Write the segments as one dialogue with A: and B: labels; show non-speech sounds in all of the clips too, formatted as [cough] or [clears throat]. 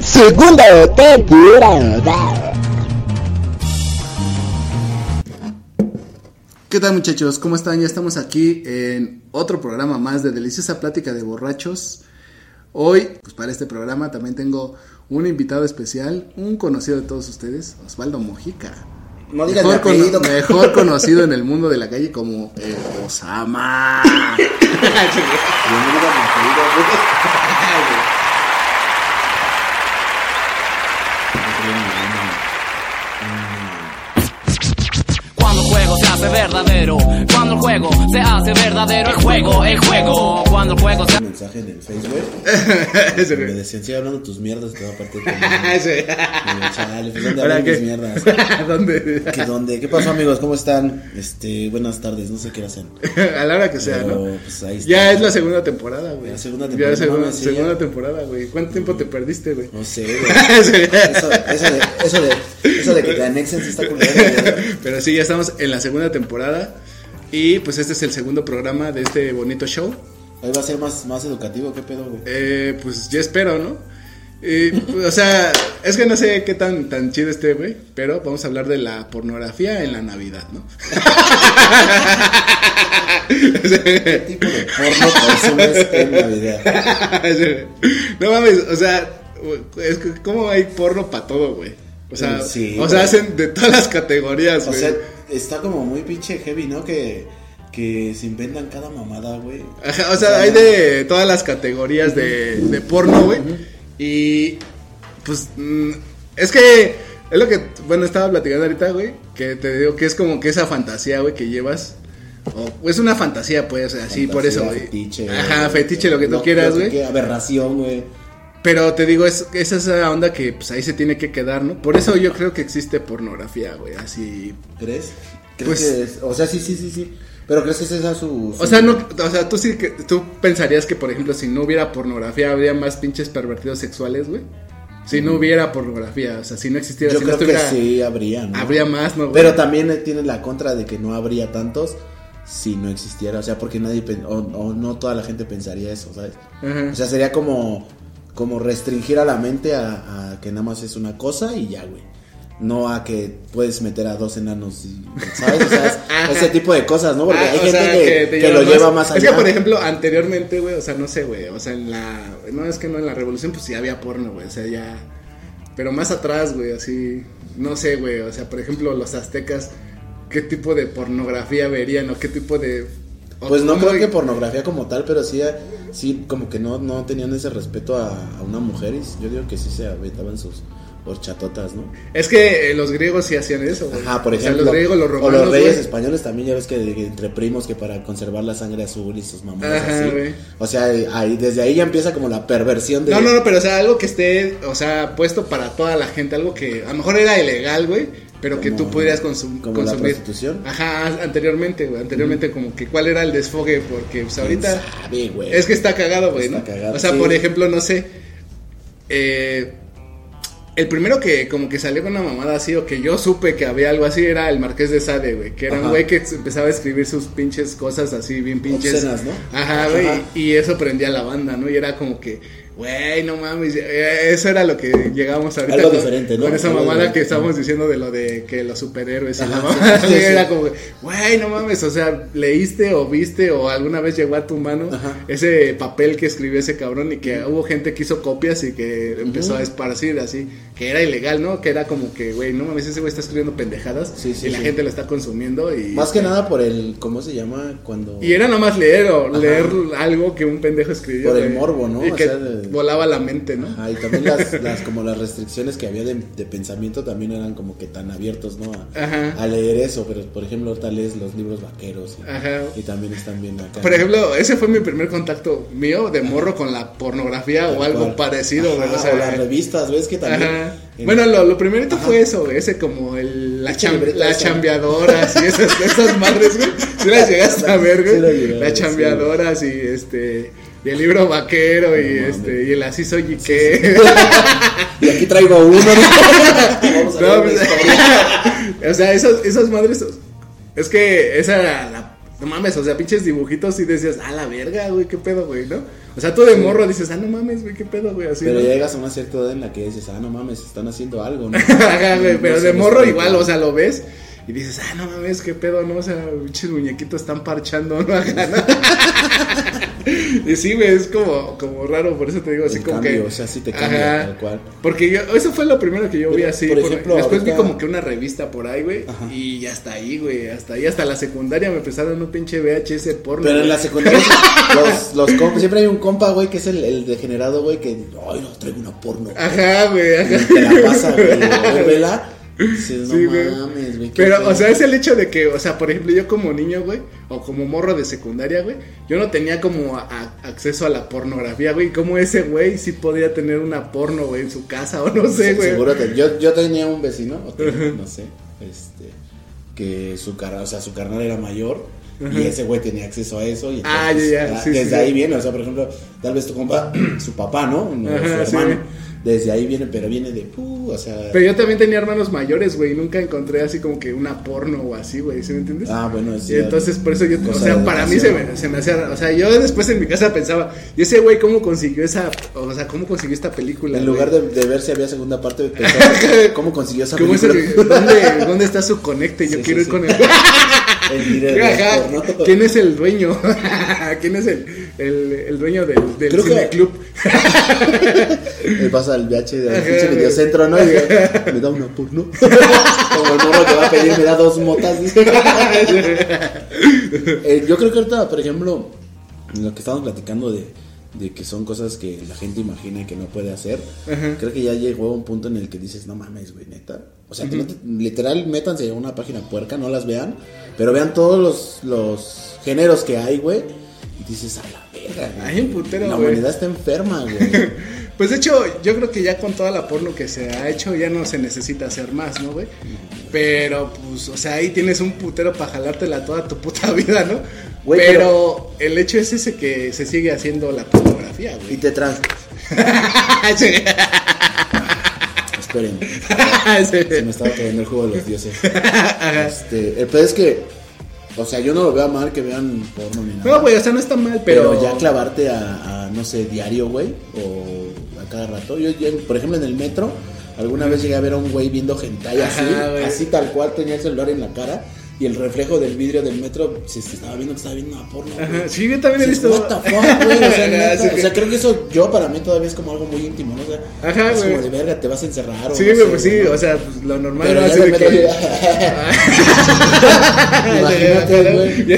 A: Segunda temporada.
B: ¿Qué tal muchachos? ¿Cómo están? Ya estamos aquí en otro programa más de Deliciosa Plática de Borrachos. Hoy, pues para este programa también tengo un invitado especial, un conocido de todos ustedes, Osvaldo Mojica.
C: No digas mi
B: Mejor, cono-
C: apellido. [laughs]
B: mejor conocido en el mundo de la calle como el
C: [laughs]
B: Osama.
C: No digas mi apellido, güey.
D: Cuando el juego se hace verdadero, cuando el juego se hace verdadero, el juego, el juego, cuando el juego se
C: Un mensaje en
B: [laughs]
C: el Facebook.
B: Ese
C: Me
B: güey.
C: decían, sigue hablando tus mierdas, te va a
B: [laughs]
C: partir tu madre".
B: Ese.
C: Digo, Chale, pues dónde
B: ¿Para
C: hablan mis
B: qué?
C: mierdas.
B: ¿Dónde?
C: ¿Qué, dónde? ¿Qué pasó amigos? ¿Cómo están? Este, buenas tardes, no sé qué hacen.
B: A la hora que sea,
C: Pero,
B: ¿no?
C: pues, ahí está.
B: Ya es la segunda temporada, güey.
C: La segunda
B: Ya
C: temporada,
B: es segunda,
C: mames, sí,
B: segunda
C: ya.
B: temporada, güey. ¿Cuánto tiempo te perdiste, güey? [laughs]
C: No sé, güey.
B: Ese.
C: Eso, eso de, eso de, eso de que te anexen sí está culero. güey. [laughs]
B: Pero sí, ya estamos en la segunda temporada. Y pues este es el segundo programa de este bonito show.
C: Hoy va a ser más, más educativo, qué pedo, güey.
B: Eh, pues yo espero, ¿no? Y, pues, o sea, es que no sé qué tan, tan chido esté, güey. Pero vamos a hablar de la pornografía en la Navidad, ¿no? [laughs]
C: ¿Qué tipo de porno consumes en Navidad?
B: no mames, o sea, es que ¿cómo hay porno para todo, güey? O sea,
C: Sí,
B: o sea
C: güey.
B: hacen de todas las categorías,
C: O
B: güey.
C: sea, está como muy pinche heavy, ¿no? Que, que se inventan cada mamada, güey.
B: Ajá, o sea, hay de todas las categorías de, de porno, güey. Y pues mm, es que es lo que, bueno, estaba platicando ahorita, güey, que te digo que es como que esa fantasía, güey, que llevas. O, es una fantasía, pues, así,
C: Fantasía,
B: por eso, güey.
C: Fetiche,
B: Ajá,
C: güey.
B: fetiche, lo que tú quieras,
C: que
B: güey.
C: quieras, Aberración, güey.
B: Pero te digo, es, es esa onda que pues ahí se tiene que quedar, ¿no? Por eso yo creo que existe pornografía, güey, así.
C: ¿Crees? ¿Crees
B: Pues-
C: que es- O sea, sí, sí, sí, sí. Pero crees que esa es esa su.
B: O
C: su-
B: sea, no, o sea, tú sí que, tú pensarías que, por ejemplo, si no hubiera pornografía, habría más pinches pervertidos sexuales, güey. Si no hubiera pornografía, o sea, si no existiera,
C: Yo
B: si no
C: creo que
B: estuviera,
C: sí habría, ¿no?
B: habría más, ¿no? güey?
C: Pero también eh, tiene la contra de que no habría tantos si no existiera. O sea, porque nadie. pen- O, o no toda la gente pensaría eso, ¿sabes?
B: Ajá.
C: O sea, sería como. Como restringir a la mente a, a que nada más es una cosa y ya, güey. No a que puedes meter a dos enanos, y- ¿sabes? O
B: [laughs]
C: sea, es- ese tipo de cosas, ¿no? Porque
B: Ah,
C: hay
B: o
C: gente
B: sea,
C: que,
B: te
C: que lo
B: lleva
C: lleva más allá.
B: [laughs] Es que, por ejemplo, anteriormente, güey, o sea, no sé, güey, o sea, en la... No, es que no, en la revolución, pues sí había porno, güey, o sea, ya... Pero más atrás, güey, así... No sé, güey, o sea, por ejemplo, los aztecas, ¿qué tipo de pornografía verían o qué tipo de... o
C: Pues no
B: cómo-
C: creo que pornografía como tal, pero sí, sí como que no, no tenían ese respeto a, a una mujer. Y yo digo que sí se aventaban sus horchatotas, ¿no?
B: Es que eh, los griegos sí hacían eso, güey.
C: Ajá, por
B: O sea,
C: ejemplo.
B: los griegos, los romanos,
C: o los reyes
B: güey.
C: españoles también, ya ves que de- entre primos que para conservar la sangre azul y sus mamás
B: Ajá,
C: así.
B: güey.
C: O sea, eh, ahí, desde ahí ya empieza como la perversión de...
B: No, no, no, pero o sea, algo que esté, o sea, puesto para toda la gente, algo que a lo mejor era ilegal, güey, pero que tú
C: Como-
B: pudieras consum-
C: como la
B: consumir.
C: prostitución.
B: Ajá, anteriormente, güey, anteriormente como que cuál era el desfogue, porque pues ahorita
C: sabe, güey?
B: es que está cagado, güey, ¿no?
C: Está cagado,
B: o sea,
C: sí.
B: por ejemplo, no sé, eh, el primero que como que salió con una mamada así o que yo supe que había algo así era el Marqués de Sade, güey, que era un
C: Ajá.
B: güey que empezaba a escribir sus pinches cosas así bien pinches.
C: Obscenas, ¿no?
B: Ajá, güey,
C: Ajá.
B: y eso prendía la banda, ¿no? Y era como que, güey, no mames, eh, eso era lo que llegábamos ahorita.
C: Algo
B: con-
C: diferente, ¿no?
B: Con esa
C: Algo
B: mamada
C: diferente.
B: que estábamos diciendo de lo de que los superhéroes [laughs] y
C: Ajá,
B: la mamada,
C: sí,
B: güey,
C: sí, sí.
B: era como que, güey, no mames, o sea, leíste o viste o alguna vez llegó a tu mano
C: Ajá.
B: ese papel que escribió ese cabrón y que hubo gente que hizo copias y que empezó a esparcir así, que era ilegal, ¿no? Que era como que, güey, no mames, ese güey está escribiendo pendejadas
C: Sí, sí,
B: y la
C: sí.
B: gente lo está consumiendo y...
C: Más que nada por el... ¿Cómo se llama? Cuando...
B: Y era nomás leer o leer algo que un pendejo escribió.
C: Por el
B: güey.
C: morbo, ¿no?
B: Y
C: O
B: que
C: sea, de- el-
B: volaba la mente, ¿no?
C: Ajá, y también las, las- como las restricciones que había de, de pensamiento también eran como que tan abiertos, ¿no?
B: Ajá.
C: A, a leer eso, pero por ejemplo, ahorita lees los libros vaqueros y,
B: Ajá.
C: y también están bien acá.
B: Por ejemplo, ese fue mi primer contacto mío de morro con la pornografía o
C: Tal
B: algo
C: cual.
B: parecido,
C: Ajá,
B: güey, o
C: o
B: sea,
C: las revistas, ¿ves? Que también.
B: Ajá.
C: en-
B: Bueno, lo, lo primerito fue eso, güey, ese como el, la,
C: Pinche
B: cham-
C: libreta
B: las
C: esa.
B: chambeadoras y esas, esas madres, güey. Si las llegaste a ver,
C: Sí la
B: güey.
C: llegué a ver,
B: las
C: sí.
B: chambeadoras y este. Y el libro vaquero y este. Y el así soy y qué. [laughs]
C: Y aquí traigo uno. ¿no? Vamos
B: No,
C: a ver una
B: pues,
C: historia.
B: [laughs] o sea, esas, esas madres. Es que esa era la. No mames, o sea, pinches dibujitos y decías, ah, la verga, güey, qué pedo, güey, ¿no? O sea, tú de morro dices, ah, no mames, güey, qué pedo, güey, así.
C: Pero
B: ¿no?
C: ya llegas a una cierta edad en la que dices, ah, no mames, están haciendo algo,
B: [laughs]
C: ¿no?
B: Ajá, güey, pero
C: No
B: de
C: sé,
B: morro
C: no sé.
B: igual, o sea, lo ves y dices, ah, no mames, qué pedo, ¿no? O sea, pinches muñequitos están parchando, ¿no? [laughs] Ajá, ¿no? y sí, güey, es como, como raro, por eso te digo, así
C: El
B: como
C: cambio,
B: que.
C: o sea, sí te cambia,
B: Ajá.
C: tal cual.
B: Porque yo, eso fue lo primero que yo vi
C: Pero,
B: así.
C: por
B: por-
C: ejemplo,
B: después vi
C: ahorita-
B: como que una revista por ahí, güey. Y hasta ahí, güey. Hasta ahí, hasta la secundaria me empezaron un pinche VHS porno.
C: Pero en
B: güey. [laughs]
C: la secundaria, los, los compas, siempre hay un compa, güey, que es el, el degenerado, güey, que, ay, no, traigo una porno.
B: Ajá, güey,
C: Y
B: ajá.
C: te la pasa, güey, a ver,
B: [laughs]
C: vela. Dices, no
B: Sí, güey.
C: mames, güey. qué
B: Pero,
C: feo.
B: o sea, es el hecho de que, o sea, por ejemplo, yo como niño, güey, o como morro de secundaria, güey, yo no tenía como a- a- acceso a la pornografía, güey. Como ese güey sí podía tener una porno, güey, en su casa, [laughs] o no sé,
C: Se-
B: güey.
C: Seguro te- yo, yo tenía un vecino, o tenía, no sé, este, que su carnal, o sea, su carnal era mayor. Y ese güey tenía acceso a eso. Y
B: Ah,
C: entonces,
B: ya, ya,
C: ah,
B: sí,
C: desde
B: sí.
C: ahí viene, o sea, por ejemplo, tal vez tu compa, [clears throat] su papá, ¿no? O
B: Ajá,
C: su hermano.
B: sí.
C: Desde ahí viene, pero viene de, puh, o sea.
B: Pero yo también tenía hermanos mayores, güey, y nunca encontré así como que una porno o así, güey, ¿sí me entiendes?
C: Ah, bueno, es
B: Y
C: ya
B: entonces por eso yo, o
C: cosa
B: sea,
C: de
B: para mí se me,
C: educación.
B: se me hacía, o sea, yo después en mi casa pensaba, ¿y ese güey cómo consiguió esa, o sea, cómo consiguió esta película?
C: En
B: güey?
C: lugar de, de ver si había
B: [laughs]
C: segunda parte, pensaba, ¿cómo consiguió esa
B: ¿Cómo es el- [laughs]
C: película?
B: ¿dónde, ¿Dónde está su conecte? Yo
C: Sí,
B: quiero
C: sí,
B: ir con
C: sí.
B: el...
C: [laughs] El líder del
B: Ajá,
C: porno.
B: ¿Quién es el dueño? [laughs] ¿Quién es el, el, el dueño del, del
C: Creo que-
B: cineclub?
C: Me pasa al VH del
B: Ajá,
C: pinche
B: güey.
C: videocentro, ¿no? Y digo, me da una porno. [laughs] Como el morro que va a pedir, me da dos motas. dice.
B: [laughs]
C: Eh, yo creo que ahorita, por ejemplo, lo que estamos platicando de, de que son cosas que la gente imagina y que no puede hacer, creo que ya llegó un punto en el que dices, no mames, güey, neta. O sea, que no te- literal, métanse a una página puerca, no las vean, pero vean todos los, los géneros que hay, güey. Y dices, a la verga, güey.
B: Hay un putero,
C: La
B: güey.
C: humanidad está enferma,
B: [laughs]
C: güey.
B: Pues de hecho, yo creo que ya con toda la porno que se ha hecho, ya no se necesita hacer más, ¿no, güey? Pero, pues, o sea, ahí tienes un putero para jalártela toda tu puta vida, ¿no?
C: Güey,
B: pero, el hecho es ese que se sigue haciendo la pornografía,
C: Y [laughs]
B: güey.
C: te trans. Ah,
B: [laughs]
C: Esperen. Se me estaba cayendo el juego de los
B: [laughs]
C: dioses. Este, el pedo es que. O sea, yo no lo veo mal que vean porno ni nada.
B: no, güey, o sea, no está mal,
C: pero,
B: pero...
C: ya clavarte a, a, no sé, diario, güey. O a cada rato. Yo, yo, por ejemplo, en el metro, alguna vez llegué a ver a un güey viendo hentai así.
B: Ajá, güey.
C: así tal cual tenía el celular en la cara. Y el reflejo del vidrio del metro se, se estaba viendo que estaba viendo una porno. güey.
B: Ajá, Sí, yo también he
C: Sí,
B: visto...
C: What the
B: [laughs]
C: fuck, güey. O sea, neta,
B: Sí,
C: o sea, creo que eso yo para mí todavía es como algo muy íntimo, ¿no? O sea,
B: Ajá,
C: es como
B: güey.
C: de verga, te vas a encerrar. o
B: Sí,
C: no
B: güey,
C: sé,
B: pues sí,
C: ¿no?
B: o sea, pues, lo normal
C: Pero
B: era
C: ya
B: así
C: se
B: de
C: me
B: que... [laughs]
C: Imagínate, güey.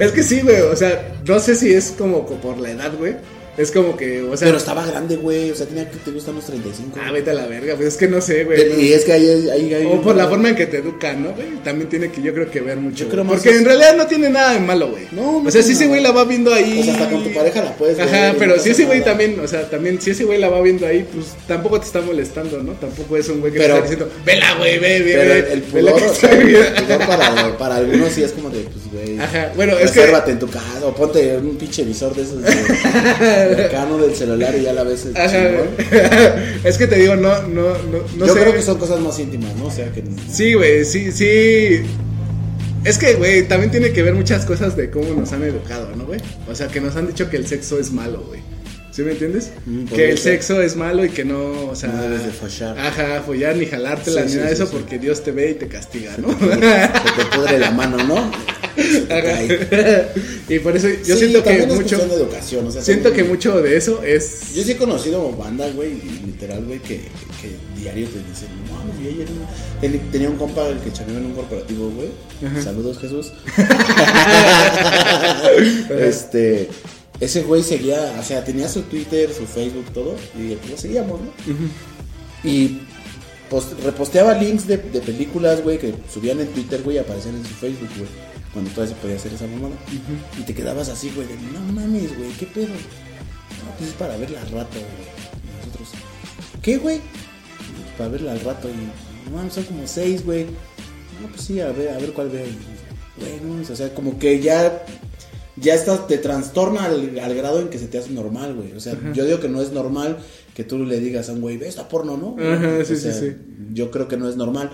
B: Es que sí, güey, o sea, no sé si es como co- por la edad, güey. Es como que, o sea,
C: Pero estaba grande, güey. O sea, tenía que te gustan los 35.
B: ah, vete a la verga, pues es que no sé,
C: Pero-
B: güey.
C: Y es que ahí, ahí, ahí-
B: O por la forma en que te educan, ¿no? güey? También tiene que, yo creo que ver mucho.
C: Yo creo
B: güey.
C: más
B: Porque
C: es-
B: en realidad no tiene nada de malo, güey.
C: No, no
B: O sea, si
C: tiene
B: ese güey la
C: nada.
B: va viendo ahí.
C: O sea, hasta con tu pareja la puedes ver
B: Ajá,
C: y
B: pero
C: no
B: si
C: pasa
B: ese güey
C: nada.
B: también, o sea, también, si ese güey la va viendo ahí, pues tampoco te está molestando, ¿no? Tampoco es un güey que
C: Pero-
B: te está diciendo, vela, güey, ve, ve,
C: Pero el,
B: ve,
C: el
B: ve la
C: pudor,
B: que
C: o
B: está
C: sea, el
B: viendo".
C: pudor para, para algunos sí es como de, pues, güey.
B: Ajá, bueno, es que-
C: resérvate en tu casa o ponte un pinche visor de esos
B: [laughs]
C: de, de acá, ¿no? del celular y ya la ves.
B: Ajá,
C: chingón.
B: [laughs] es que te digo, no, no, no, no
C: Yo
B: sé.
C: creo que son cosas más íntimas, ¿no? O sea, que.
B: Sí, güey, sí, sí. Es que, güey, también tiene que ver muchas cosas de cómo nos han educado, ¿no, güey? O sea, que nos han dicho que el sexo es malo, güey. ¿Sí me entiendes?
C: Mm, podría
B: que el
C: ser.
B: sexo es malo y que no, o sea.
C: No debes de follar.
B: Ajá, follar ni jalártela
C: Sí,
B: ni
C: sí,
B: nada de
C: sí,
B: eso
C: sí.
B: porque Dios te ve y te castiga, ¿no?
C: que te pudre la mano, ¿no? Se te cae.
B: Ajá. [laughs] y por eso yo
C: Sí,
B: siento que
C: también es
B: mucho.
C: cuestión de educación, o sea,
B: Siento
C: son-
B: que mucho de eso es.
C: Yo sí he conocido bandas, güey, literal, güey, que, que diario te dicen, no, mames, yo ayer ten- tenía un compa el que chameó en un corporativo, güey.
B: [laughs]
C: Saludos, Jesús. este, Ese güey seguía, o sea, tenía su Twitter, su Facebook, todo, y lo seguíamos, ¿no? Y post- reposteaba links de, de películas, güey, que subían en Twitter, güey, y aparecían en su Facebook, güey. Cuando todavía se podía hacer esa mamada. Y te quedabas así, güey, de no mames, güey, qué pedo. No, pues es para verla al rato, güey. Y Nosotros, ¿qué, güey? "Pues Para verla al rato, y no mames, son como seis, güey. No, pues sí, a ver, a ver cuál veo. Y, Güey, no mames, o sea, como que ya. Ya estás, te trastorna al, al grado en que se te hace normal, güey. O sea, yo digo que no es normal que tú le digas a un güey, ve esta porno, ¿no?
B: Ajá,
C: O
B: sí, sí,
C: sea,
B: sí.
C: Yo creo que no es normal,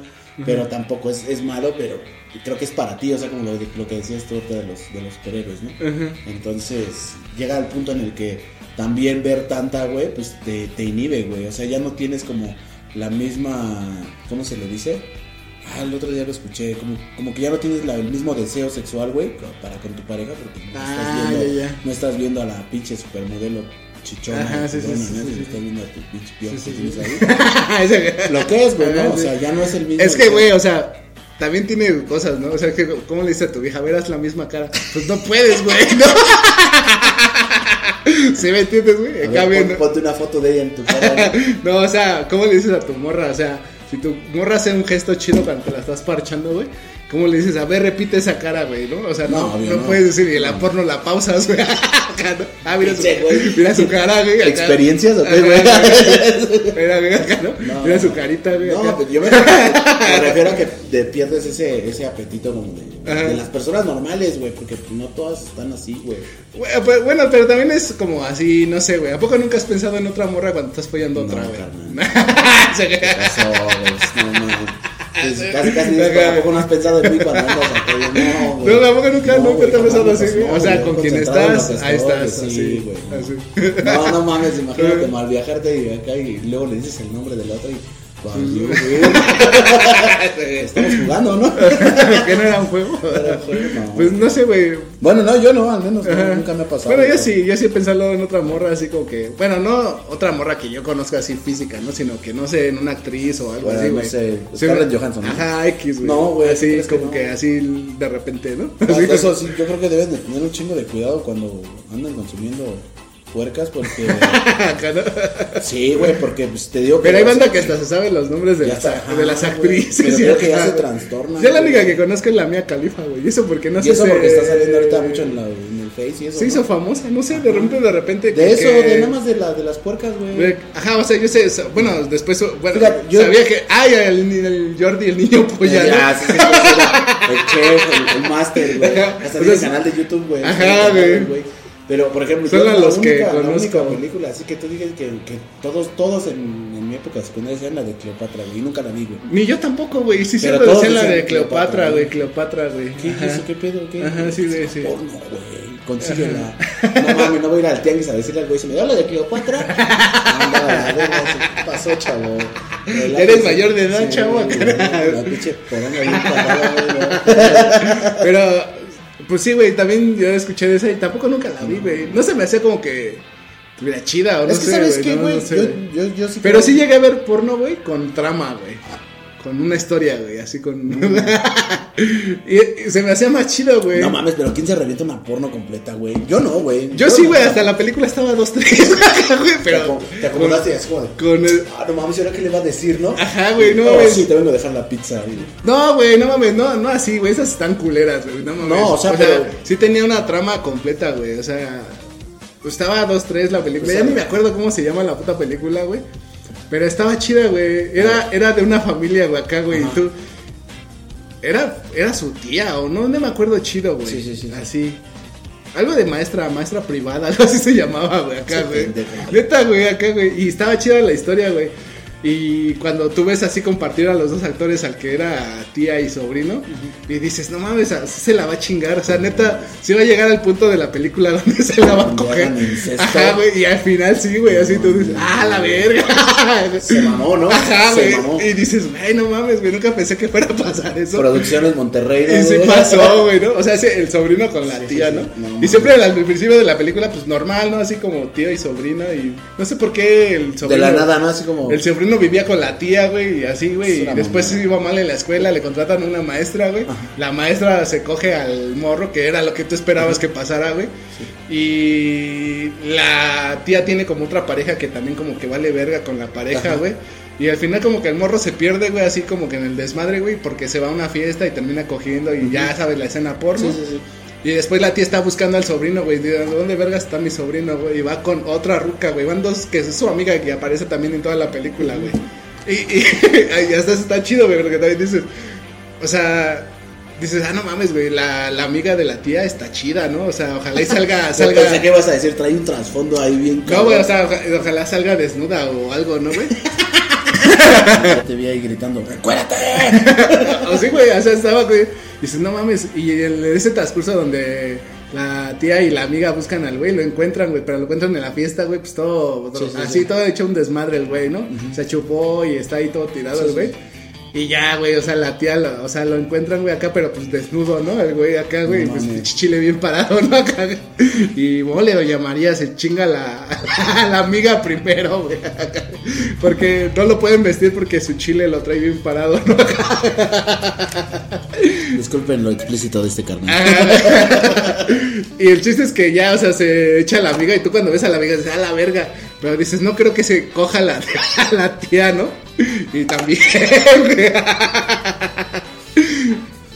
C: pero tampoco es, es malo, pero creo que es para ti, o sea, como lo, de- lo que decías tú ahorita de los, de los superhéroes, ¿no?
B: Ajá.
C: Entonces, llega el punto en el que también ver tanta, güey, pues te, te inhibe, güey. O sea, ya no tienes como la misma. ¿Cómo se le dice? Ah, el otro día lo escuché. Como, como que ya no tienes la- el mismo deseo sexual, güey, co- para con tu pareja, porque no,
B: Ah,
C: estás, viendo,
B: ya, ya.
C: no estás viendo a la pinche supermodelo chichona.
B: Ajá, sí, sí,
C: chingona,
B: sí,
C: ¿no?
B: sí, sí.
C: Estás viendo a tu pinche piojo
B: Sí, sí,
C: que
B: sí.
C: tienes ahí.
B: Ese güey.
C: Lo que es, güey,
B: Ajá,
C: ¿no? O
B: sí.
C: sea, ya no es el mismo.
B: Es que,
C: deseo.
B: güey, o sea, también tiene cosas, ¿no? O sea, que, ¿cómo le dices a tu vieja? Verás la misma cara. Pues no puedes, güey, ¿no? [laughs] ¿Sí me entiendes, güey?
C: A
B: Acá
C: ver,
B: bien,
C: pon-
B: ¿no?
C: Ponte una foto de ella en tu cara.
B: [laughs]
C: ¿no?
B: No, o sea, ¿cómo le dices a tu morra? O sea, si tu morra hace un gesto chido cuando te la estás parchando, güey. ¿Cómo le dices? A ver, repite esa cara, güey, ¿no? O sea, no,
C: No, obvio,
B: no
C: no.
B: puedes decir, y en la porno la pausas, güey. [laughs] Acá, ¿no? Ah, mira su,
C: Pinche güey.
B: mira su cara, güey. acá.
C: ¿Experiencias o qué,
B: Ajá,
C: güey?
B: güey. Mira, mira acá, ¿no?
C: No.
B: Mira su carita, güey.
C: No,
B: acá.
C: pero yo me, me refiero a que te pierdes ese, ese apetito como de,
B: Ajá.
C: de las personas normales, güey, porque pues, no todas están así, güey.
B: Bueno, pues, bueno, pero también es como así, no sé, güey. ¿A poco nunca has pensado en otra morra cuando estás follando a otra,
C: No,
B: güey? [laughs]
C: ¿Qué pasó, güey? No, mames. Pues, Casi, casi dices,
B: Acá.
C: tampoco no has pensado en mí cuando andas acá. Yo, No, güey.
B: No, tampoco nunca, nunca
C: güey,
B: te has pensado
C: jamás,
B: así, güey.
C: no,
B: O sea,
C: yo
B: con quien
C: concentrado en lo
B: estás,
C: que
B: ahí
C: estoy, pues,
B: estás, así, [laughs]
C: güey.
B: así.
C: No, no mames, imagínate
B: Sí.
C: mal viajarte y acá y luego le dices el nombre de la otra y... valió, güey. Estamos jugando,
B: [laughs]
C: ¿no?
B: ¿Que no era un juego?
C: Era un juego, no.
B: Pues no sé, güey.
C: Bueno, no, yo no, al menos no,
B: Ajá.
C: nunca me ha pasado.
B: Bueno, yo
C: güey.
B: sí, yo sí he pensado en otra morra así como que. Bueno, no otra morra que yo conozca así física, ¿no? Sino que no sé, en una actriz o algo
C: Bueno,
B: así,
C: no
B: güey.
C: sé,
B: Sí,
C: Scarlett
B: güey.
C: Johansson, ¿no?
B: Ajá, X, güey.
C: No, güey, ¿tú
B: Así
C: crees que
B: como
C: no?
B: que así de repente, ¿no?
C: Ah,
B: Así. [laughs]
C: Eso sí, yo creo que deben de tener un chingo de cuidado cuando andan consumiendo puercas
B: [laughs]
C: porque...
B: Acá, ¿no?
C: sí, güey, porque pues, te digo que...
B: Pero hay banda que hasta se sabe los nombres de,
C: Ya
B: las,
C: está, ajá,
B: de las
C: güey.
B: actrices.
C: Pero
B: y
C: creo que ya
B: acá,
C: se
B: güey.
C: trastorna,
B: Yo la
C: güey.
B: única que conozco es la mía Califa, güey. Y eso porque no
C: Y
B: sé
C: eso
B: se-
C: porque está saliendo ahorita mucho en, la, en el Face y eso.
B: Se hizo
C: ¿no?
B: famosa, no sé, de repente, de repente.
C: De eso,
B: porque-
C: de nada más de, la, de las puercas, güey.
B: güey, Ajá, o sea, yo sé, so- bueno, después, bueno,
C: Fíjate, yo-
B: sabía que, ay, el, el Jordi, el niño polla, Pues ¿no?
C: Ya, Eh, ah, sí, sí, sí, sí, el chef, el, el máster, güey.
B: Ajá.
C: Hasta
B: O
C: tiene
B: sea,
C: canal de YouTube, güey.
B: ajá,
C: Tiene canal,
B: güey.
C: Pero, por ejemplo,
B: Son
C: yo
B: a
C: la
B: los
C: única,
B: que
C: la única
B: conozco.
C: película, así que tú digas que, que todos, todos en, en mi época secundaria decían la de Cleopatra, güey, y nunca la vi, güey.
B: Ni yo tampoco, güey. Sí,
C: Pero
B: siempre decía
C: todos
B: la de
C: dicen
B: Cleopatra,
C: Cleopatra,
B: güey, Cleopatra, güey.
C: ¿Qué
B: Ajá.
C: es eso? ¿Qué pedo? ¿Qué?
B: Ajá, sí, güey,
C: Es
B: sí.
C: Porno, güey. Consíguela. No mames, no voy a ir al tianguis a decirle al güey, se me da la de Cleopatra. Anda, la verga, ¿qué pasó, chavo? Relájese.
B: Eres mayor de edad, chavo,
C: güey,
B: carajo.
C: La pinche corona bien parada, güey. ¿no?
B: Pero, pues sí, güey, también yo escuché de esa y tampoco nunca la vi, güey. No se me hacía como que tuviera chida o no
C: es que,
B: sé,
C: ¿sabes qué,
B: no,
C: güey?
B: no sé, güey.
C: yo, yo, yo sí
B: Pero
C: creo-
B: sí llegué a ver porno, güey, con trama, güey. Con una historia, güey, así con...
C: [laughs]
B: y, y se me hacía más chido, güey.
C: No mames, pero ¿quién se revienta una porno completa, güey? Yo no, güey.
B: yo sí,
C: no.
B: güey, hasta la película estaba dos, tres, [laughs] güey,
C: Te
B: pero...
C: acom- Te acomodaste y así como de,
B: Con el...
C: Ah, no mames, ¿y ahora qué le va a decir, no?
B: Ajá, güey, no
C: Oh,
B: mames.
C: sí, te vengo a dejar la pizza, güey.
B: No, güey, no mames, no, no así, güey, esas están culeras, güey, no mames.
C: No, o sea, pero-
B: sí tenía una trama completa, güey, o sea, pues estaba dos, tres la película,
C: O sea,
B: ya ni me acuerdo cómo se llama la puta película, güey, pero estaba chida, güey, era, era de una familia, güey, acá, güey, y tú, era, era su tía, o no, no me acuerdo chido, güey,
C: Sí, sí, sí, sí.
B: así. Algo de maestra, maestra privada, [laughs] algo así se llamaba, güey, acá,
C: Sí,
B: güey.
C: pendejo.
B: Neta, güey, acá, güey. Y estaba chida la historia, güey. Y cuando tú ves así compartir a los dos actores, al que era tía y sobrino, y dices, no mames, así se la va a chingar. O sea, neta, sí va a llegar al punto de la película [laughs] donde se la va a
C: Donde
B: coger.
C: hagan incesto.
B: Ajá, güey. Y al final sí, güey, así tú dices, ah, la verga.
C: Se mamó, ¿no?
B: Ajá,
C: Se
B: güey.
C: mamó.
B: Y dices, güey, no mames, güey, nunca pensé que fuera a pasar eso.
C: Producciones Monterrey,
B: Y sí
C: güey.
B: pasó, güey, ¿no? O sea, ese- el sobrino con la
C: Sí,
B: tía,
C: sí,
B: ¿no?
C: sí. No,
B: y
C: mames.
B: siempre al, al principio de la película, pues normal, ¿no? Así como tío y sobrino y... No sé por qué el sobrino...
C: De la nada, ¿no? Así como.
B: El sobrino vivía con la tía, güey, y así,
C: Es
B: güey. Y
C: una
B: después sí
C: mamada.
B: iba mal en la escuela, le contratan una maestra, güey. La maestra se coge al morro, que era lo que tú esperabas que pasara, güey. Y la tía tiene como otra pareja que también como que vale verga con la pareja,
C: Ajá.
B: güey. Y al final como que el morro se pierde, güey, así como que en el desmadre, güey, porque se va a una fiesta y termina cogiendo y ya sabes la escena porno.
C: Sí, sí, sí.
B: Y después la tía está buscando al sobrino, güey. Dice, ¿dónde vergas está mi sobrino, güey? Y va con otra ruca, güey. Van dos, que es su amiga que aparece también en toda la película, güey. Y, y, [laughs] y hasta eso está chido, güey, porque también dices, o sea, dices, ah, no mames, güey, la, la amiga de la tía está chida, ¿no? O sea, ojalá y
C: [laughs]
B: salga,
C: Yo
B: salga.
C: pensé que ibas a decir, trae un trasfondo ahí bien
B: No, güey, o
C: cabrón.
B: sea, oja- ojalá salga desnuda o algo, ¿no, güey?
C: Ya te vi ahí gritando, ¡recuérdate!
B: [laughs] O sí, güey, o sea, estaba, güey. Dices, no mames. Y en ese transcurso donde la tía y la amiga buscan al güey, lo encuentran, güey, pero lo encuentran en la fiesta, güey, pues todo, todo-
C: Sí, sí,
B: así
C: sí.
B: todo hecho un desmadre el güey, ¿no? Se chupó y está ahí todo tirado el güey. Y ya, güey, o sea, la tía, lo, o sea, lo encuentran, güey, acá, pero pues desnudo, ¿no? El güey acá, güey,
C: No
B: pues
C: mames.
B: chile bien parado, ¿no? Acá, güey. y mole, doña María se chinga a la, [laughs] a la amiga primero, güey. acá. Porque no lo pueden vestir porque su chile lo trae bien parado, ¿no?
C: Disculpen lo explícito de este carnal.
B: [laughs] y el chiste es que ya, o sea, se echa la amiga y tú cuando ves a la amiga dices, a la verga. Pero dices, no creo que se coja la, [laughs] a la tía, ¿no? Y también. güey. [laughs]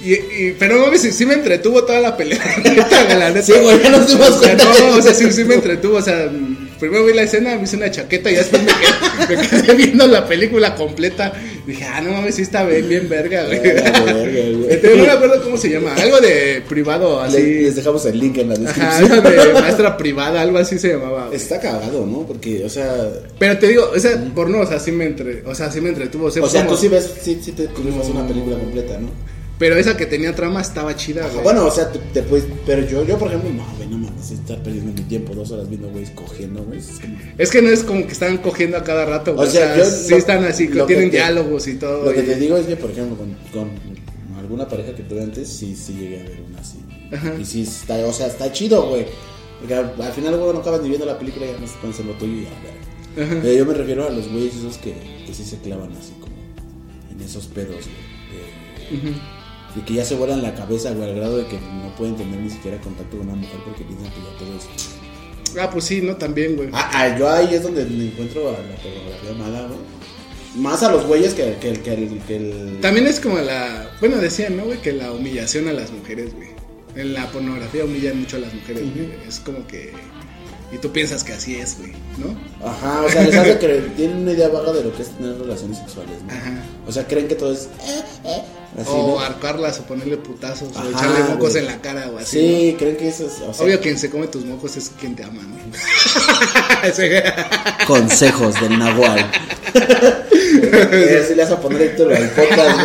B: y, y- pero mames, sí, sí me entretuvo toda la pelea. [laughs] neta, güey, la neta.
C: Sí, güey, ya nos dimos
B: O sea,
C: cuenta que
B: no, o
C: nos
B: sea, sí, sí me entretuvo. O sea, mm, primero vi la escena, me hice una chaqueta y después me quedé, [laughs] me quedé viendo la película completa. Dije, ah, no mames, sí está bien, bien verga, güey.
C: Verga, Ah, verga,
B: [laughs]
C: güey.
B: Este, no me acuerdo cómo se llama. Algo de privado,
C: Le-
B: así.
C: Les dejamos el link en la
B: Ah, Ajá, algo
C: descripción.
B: de maestra privada, algo así se llamaba. güey.
C: Está cagado, ¿no? Porque, o sea.
B: Pero te digo, o sea, porno, o sea, sí me entre, o sea, sí me entretuvo. O sea,
C: O sea,
B: como-
C: tú sí ves, sí, sí te cruzas una película completa, ¿no?
B: Pero esa que tenía trama estaba chida, güey.
C: Bueno, o sea, te, te puedes. Pero yo, yo por ejemplo, no, güey, no mames, estar perdiendo mi tiempo dos horas viendo, güey, cogiendo, güey. es como-
B: es que no es como que están cogiendo a cada rato, güey.
C: O sea, yo
B: sí
C: lo-
B: están así,
C: lo que
B: tienen
C: te-
B: diálogos y todo.
C: Lo que
B: y-
C: te digo es que, por ejemplo, con, con alguna pareja que tuve antes, sí, sí llegué a ver una así.
B: Ajá.
C: Y sí, está, o sea, está chido, güey. Porque al, al final, güey, no acabas ni viendo la película y ya no se pones en lo tuyo y ya, güey. Pero yo me refiero a los güeyes esos que, que sí se clavan así como en esos pedos, güey. De, de que ya se vuelan la cabeza, güey, al grado de que no pueden tener ni siquiera contacto con una mujer porque piensan que ya todo es...
B: Ah, pues sí, no, también, güey.
C: Ah, ah, yo ahí es donde me encuentro a la pornografía mala, güey. Más a los güeyes que, que, que, que, que el...
B: También es como la. Bueno, decían, ¿no, güey? Que la humillación a las mujeres, güey. En la pornografía humillan mucho a las mujeres, güey. Es como que. Y tú piensas que así es, güey, ¿no?
C: Ajá, o sea, les
B: [laughs]
C: hace creer, tienen una idea vaga de lo que es tener relaciones sexuales, ¿no?
B: Ajá.
C: O sea, creen que todo es eh, eh, así,
B: o
C: ¿no?
B: arcarlas o ponerle putazos o
C: Ajá,
B: echarle mocos
C: güey.
B: en la cara o así. ¿no?
C: Sí, creen que eso es, o sea,
B: Obvio, quien se come tus mocos es quien te ama, ¿no? [laughs] Ese-
C: consejos del Nahual. [laughs] Eh, así le vas a poner Héctor al podcast,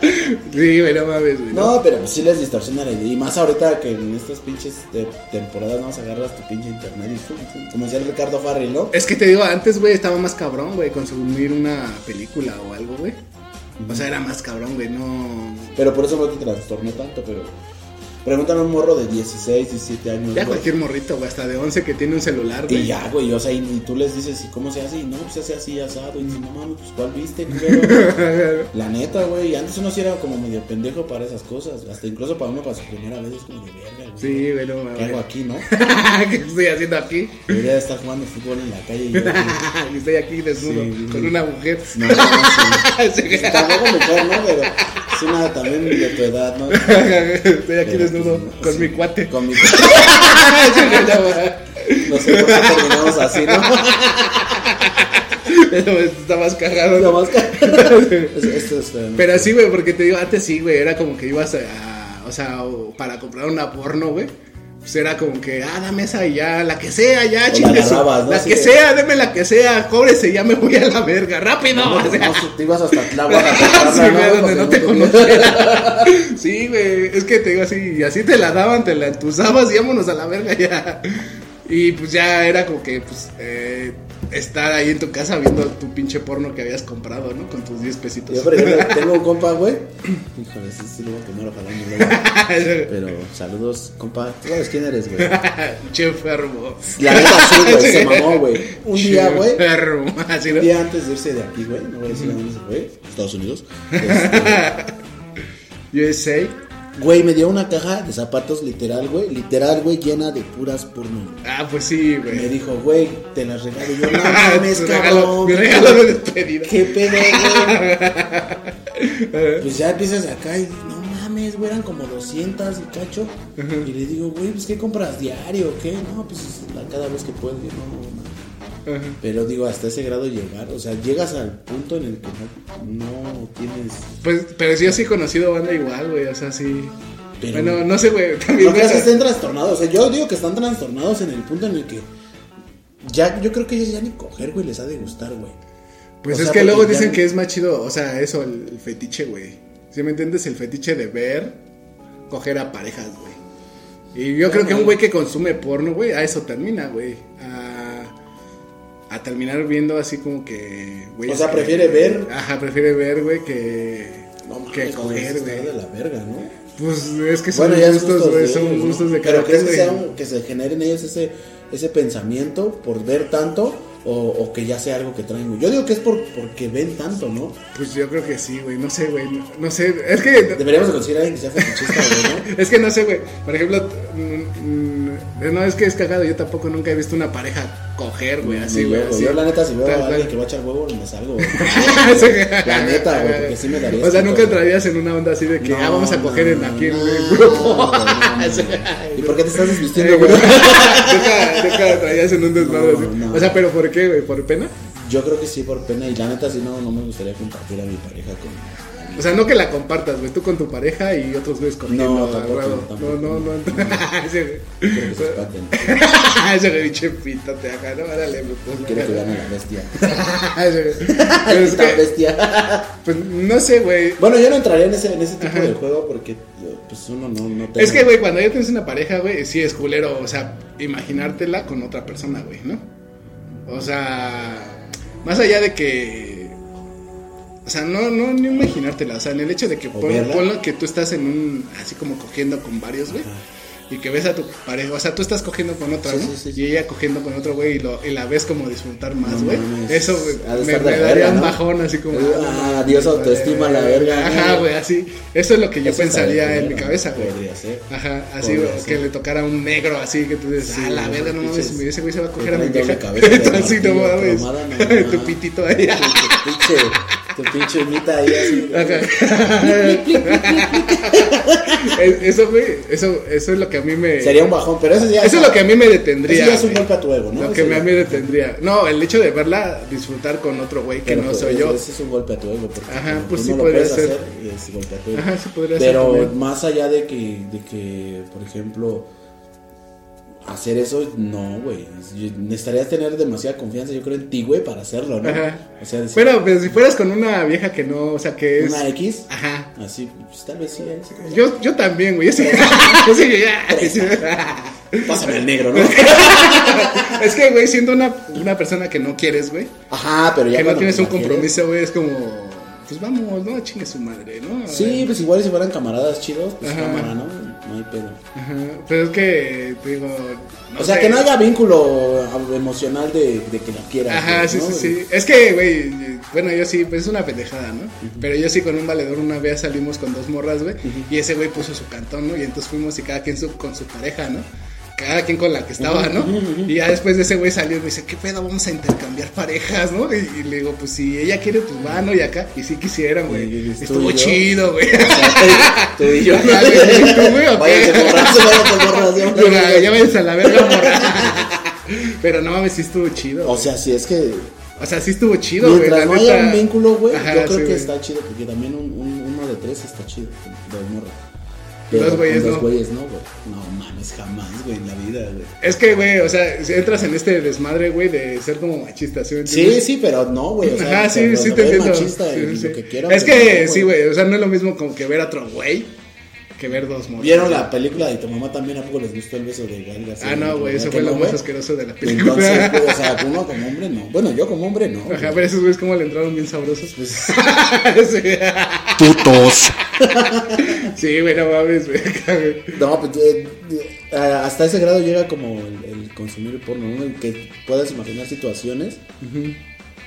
B: [laughs]
C: güey.
B: sí, güey, no mames, güey. ¿no?
C: No, pero pues sí les distorsiona la idea. Y más ahorita que en estas pinches eh, temporadas no vas a agarras tu pinche internet y fum, fum, como decía el Ricardo Farrell, ¿no?
B: Es que te digo, antes, güey, estaba más cabrón, güey, consumir una película o algo, güey. O sea, era más cabrón, güey, no.
C: Pero por eso no te trastornó tanto, pero pregúntale a un morro de 16, 17 años.
B: Ya
C: güey.
B: cualquier morrito, güey, hasta de 11 que tiene un celular, güey.
C: Y ya, güey, o sea, y, y tú les dices, ¿y cómo se hace? Y no, pues se hace así asado. Y dices, no mames, pues ¿cuál
B: [laughs]
C: viste? culero?" la neta, güey, antes uno sí era como medio pendejo para esas cosas. Hasta incluso para uno, para su primera vez, es como de verga, güey.
B: Sí, güey, no
C: ¿Qué hago
B: mames.
C: aquí, no?
B: [laughs] ¿Qué estoy haciendo
C: [laughs]
B: aquí?
C: Debería de estar jugando fútbol en la calle. Y yo,
B: [laughs]
C: güey,
B: estoy aquí desnudo
C: Sí.
B: con una mujer.
C: no, no, sí.
B: [laughs] Ese- [laughs]
C: Pues, Tampoco mujer, ¿no? Pero es una también de tu edad, ¿no?
B: estoy aquí
C: Pero,
B: desnudo
C: pues, no,
B: con
C: sí,
B: mi cuate.
C: Con
B: [laughs]
C: mi cuate. No sé por qué terminamos así,
B: [laughs]
C: ¿no?
B: Pero Está más cagado.
C: Nada
B: ¿no? [laughs]
C: más que- Es- Esto es. eh,
B: Pero sí, güey, porque te digo, antes sí, güey, era como que ibas a, a- o sea, o para comprar una porno, güey. Pues era como que, ah, dame esa y ya, la que sea, ya,
C: la
B: chingue su-
C: agarrabas, ¿no?
B: La
C: Así
B: que
C: de-
B: sea, deme la que sea, cóbrese, ya me voy a la verga, rápido.
C: No,
B: o sea.
C: no, te ibas hasta
B: [laughs]
C: Tláhuac a
B: Ah, Sí,
C: comprarla,
B: güey, donde
C: Porque
B: no te [laughs]
C: tenías-
B: conociera. [laughs] Sí, güey, es que te digo así, y así te la daban, te la entusabas y vámonos a la verga ya. Y pues ya era como que, pues, eh, estar ahí en tu casa viendo tu pinche porno que habías comprado, ¿no? Con tus 10 pesitos.
C: Yo, por ejemplo, tengo un compa, güey. [clears throat] Híjole, sí, sí, luego que no lo jalamos luego. Pero saludos, compa. ¿Tú sabes quién eres, güey?
B: [laughs] Che enfermo.
C: La neta sí, güey, se mamó, güey. Un día,
B: Che
C: güey.
B: enfermo, [laughs] así, ¿no?
C: Un día antes de irse de aquí,
B: [laughs]
C: güey. No voy a decir a dónde se fue. Estados Unidos. Este,
B: USA.
C: Güey, me dio una caja de zapatos literal, güey. Literal, güey, llena de puras porno. güey.
B: Ah, pues sí,
C: Me
B: güey.
C: dijo, güey, te las regalo. Y Yo, no
B: [laughs] Ah,
C: mames,
B: tu regalo, [laughs]
C: cabrón.
B: mi regalo de despedida.
C: ¿Qué pedo, güey?
B: [laughs] Eh.
C: pues ya empiezas acá y no mames, güey, eran como 200 y cacho. Y le digo, güey, pues ¿qué compras diario o qué? No, pues la- cada vez que puedes, digo, no, no, no.
B: Ajá.
C: Pero digo, hasta ese grado llegar, o sea, llegas al punto en el que no, no tienes...
B: Pues, pero yo sí he conocido banda igual, güey. O sea, sí.
C: Pero-
B: Bueno, no sé, güey. [laughs] También.
C: Lo que
B: me-
C: hace es que estén trastornados, o sea, yo digo que están trastornados en el punto en el que... Ya, yo creo que ellos ya ni coger, güey, les ha de gustar, güey.
B: Pues
C: O
B: es
C: sea,
B: que luego
C: porque ya-
B: dicen que es más chido, o sea, eso, el, el fetiche, güey. ¿Sí me entiendes? El fetiche de ver, coger a parejas, güey. Y yo creo que un güey que consume porno, güey, a eso termina, güey. A, a terminar viendo así como que, güey.
C: O sea,
B: que-
C: prefiere ver.
B: Ajá, prefiere ver, güey, que. que
C: mames, güey,
B: coger,
C: eso está de
B: güey.
C: la verga, ¿no?
B: Pues es que son
C: Bueno, ya es
B: gustos,
C: gustos
B: güey,
C: de
B: son
C: ellos, ¿no?
B: gustos de
C: Pero
B: cada
C: crees
B: quien,
C: que,
B: güey.
C: sea- que se genere en ellos ese, ese pensamiento por ver tanto o, o que ya sea algo que traen. güey. Yo digo que es por, porque ven tanto, ¿no?
B: Pues yo creo que sí, güey, no sé, güey. No, no sé, es que.
C: Deberíamos de conseguir a alguien que sea fetichista, güey, ¿no?
B: Es que no sé, güey. Por ejemplo, mm, mm, no es que es cagado. Yo tampoco nunca he visto una pareja coger, güey, [laughs] así,
C: Ni
B: güey.
C: yo,
B: así.
C: Yo, la neta, si veo
B: Tal
C: a alguien
B: cual. [laughs]
C: que va a echar huevo, me salgo. güey.
B: Sí.
C: La neta, güey, porque sí me daría
B: O sea,
C: asco,
B: nunca
C: güey.
B: entrarías en una onda así de que,
C: No,
B: ah, vamos a coger en
C: no,
B: aquí en
C: no,
B: el
C: no,
B: grupo. [laughs]
C: no, no, no. ¿Y por qué te estás desvistiendo,
B: Eh, güey,
C: [laughs] güey?
B: Nunca nunca entrarías en un desmadre
C: No,
B: así.
C: no.
B: O sea, ¿pero por qué, güey? ¿Por pena?
C: Yo creo que sí, por pena. Y la neta, si no, no me gustaría compartir a mi pareja con.
B: O sea, no que la compartas, güey. Tú con tu pareja y otros güeyes cogiendo.
C: No,
B: a
C: tampoco,
B: huevo.
C: tampoco.
B: No, no, no. [laughs] Sí, güey.
C: Quiero que se espaten.
B: [laughs] Ese güey, pinche pita, te haga, no, órale, güey.
C: Quiero que gane la
B: [laughs]
C: bestia.
B: Ese güey. [laughs] Pero es
C: Esta
B: que,
C: bestia.
B: pues, no sé, güey.
C: Bueno, yo no entraría en ese, en ese tipo
B: Ajá.
C: de juego porque yo, pues uno no, no te-
B: Es que, güey, cuando ya tienes una pareja, güey, sí es culero. O sea, imaginártela con otra persona, güey, ¿no? O sea, más allá de que. O sea, no, no, no imaginártela. O sea, en el hecho de que
C: O
B: pon-
C: verla.
B: ponlo que tú estás en un. Así como cogiendo con varios, güey. Y que ves a tu pareja. O sea, tú estás cogiendo con otra,
C: Sí,
B: ¿no?
C: sí, sí,
B: Y
C: sí.
B: ella cogiendo con otro, güey. Y, lo- y la ves como disfrutar más,
C: No
B: güey.
C: mames,
B: Eso, güey,
C: ha de
B: me,
C: estar de
B: me
C: la
B: daría
C: verga,
B: un
C: ¿no?
B: bajón, así como.
C: Ah, Dios, autoestima, la verga,
B: Ajá,
C: ¿no?
B: güey, así. Eso es lo que yo
C: Eso estaría
B: pensaría en
C: culero,
B: mi cabeza, güey.
C: Podría ser.
B: Ajá, así,
C: Podría
B: güey,
C: ser.
B: que le tocara un negro así, que tú dices,
C: Sí,
B: ah, la verga, no mames,
C: pinches,
B: ese güey se va a
C: que
B: coger a mi
C: traen doble
B: vieja.
C: cabeza de
B: [laughs] Entonces, no
C: martillo,
B: mames,
C: cromada, no,
B: [laughs]
C: no.
B: tu pitito ahí.
C: Tu pinche, tu pinche uñita ahí así. güey.
B: Es- Eso, güey, eso, eso es lo que a mí me...
C: Sería un bajón, pero eso ya.
B: Eso es lo que a mí me detendría.
C: Eso ya es un
B: güey.
C: golpe a tu ego, ¿no?
B: Lo que
C: Eso
B: me-
C: ya-
B: a mí me detendría. No, el hecho de verla disfrutar con otro güey que
C: Pero
B: no
C: pues,
B: soy
C: ese-
B: yo.
C: Ese es un golpe a tu ego. Porque
B: Ajá,
C: como
B: pues
C: tú
B: sí
C: no lo
B: podría
C: puedes
B: ser.
C: hacer, es golpe a tu ego.
B: Ajá, sí podría ser
C: Pero
B: también.
C: más allá de que, de que, por ejemplo, hacer eso, no, güey. Es- yo- Necesitarías tener demasiada confianza, yo creo, en ti, güey, para hacerlo, ¿no?
B: Ajá.
C: O sea, decir,
B: Bueno, pues si fueras con una vieja que no, o sea, que es...
C: una X,
B: Ajá,
C: así, pues tal vez sí. ahí sí.
B: Yo, yo también, güey. [laughs] Ese- ese que ya-
C: Pásame el negro, ¿no?
B: [laughs] es que, güey, siendo una, una persona que no quieres, güey,
C: Ajá, pero ya.
B: que no
C: cuando
B: tienes
C: te
B: un
C: la quieres-
B: compromiso, güey, es como, pues vamos, no, chingue su madre, ¿no?
C: Sí, pues igual si fueran camaradas chidos, pues
B: Ajá.
C: cámara, ¿no? No hay pedo.
B: Ajá, pero es que, te digo.
C: o sea,
B: sé.
C: que no haya vínculo ah, emocional de, de que la quieras.
B: Ajá,
C: güey,
B: sí,
C: ¿no?
B: sí, sí. Es que, güey, bueno, yo sí, pues es una pendejada, ¿no? Pero yo sí con un valedor una vez salimos con dos morras, güey, y ese güey puso su cantón, ¿no? Y entonces fuimos y cada quien su- con su pareja, ¿no? Cada quien con la que estaba, ¿no? Y ya después de ese güey salió y me dice, ¿qué pedo? Vamos a intercambiar parejas, ¿no? Y, y le digo, pues si ella quiere, pues va, ¿no? Y acá, y sí quisieran,
C: Y
B: güey.
C: dices, tú
B: Estuvo
C: y yo.
B: chido,
C: [laughs]
B: güey.
C: O sea,
B: [laughs]
C: tú y yo.
B: Ajá, güey, ¿tú, güey, o qué?
C: Váyanse borrados, váyanse borrados, ya,
B: Yo, "Ah, Ya váyanse a la verga, morra. [laughs] Pero no mames, sí estuvo chido.
C: O sea, si es que
B: O sea, sí estuvo chido, güey.
C: mientras
B: la
C: no haya
B: neta.
C: un vínculo, güey,
B: Ajá,
C: yo creo
B: sí,
C: que
B: güey.
C: está chido, porque también un, un- uno de tres está chido, dos morra.
B: Dos güeyes
C: con dos
B: no.
C: güeyes no, güey. No mames, jamás, güey, en la vida, güey.
B: Es que, güey, o sea, si entras en este desmadre, güey, de ser como machista, ¿sí? me
C: Sí,
B: entiendes?
C: sí, pero no, güey. O sea,
B: Ajá, sí,
C: pero
B: sí
C: se
B: te
C: ve
B: entiendo.
C: machista y
B: Sí, sí.
C: lo que quiera,
B: es
C: pero
B: que,
C: no,
B: sí, güey, o sea, no es lo mismo como que ver a otro güey que ver dos morras.
C: ¿Vieron la película de tu mamá también? ¿A poco les gustó el beso de Gal García?
B: Ah, no, güey, eso fue
C: ¿Verdad que
B: lo
C: no,
B: más
C: güey?
B: asqueroso de la película.
C: Entonces, [laughs] güey, o sea, uno como hombre no. Bueno, yo como hombre no. güey.
B: Ajá, pero esos güeyes como le entraron bien sabrosos. [laughs]
C: Pues,
B: sí.
A: Putos.
B: Sí, güey, no mames, güey. acá, güey.
C: No, pues eh, eh, hasta ese grado llega como el, el consumir porno, ¿no? El que puedas imaginar situaciones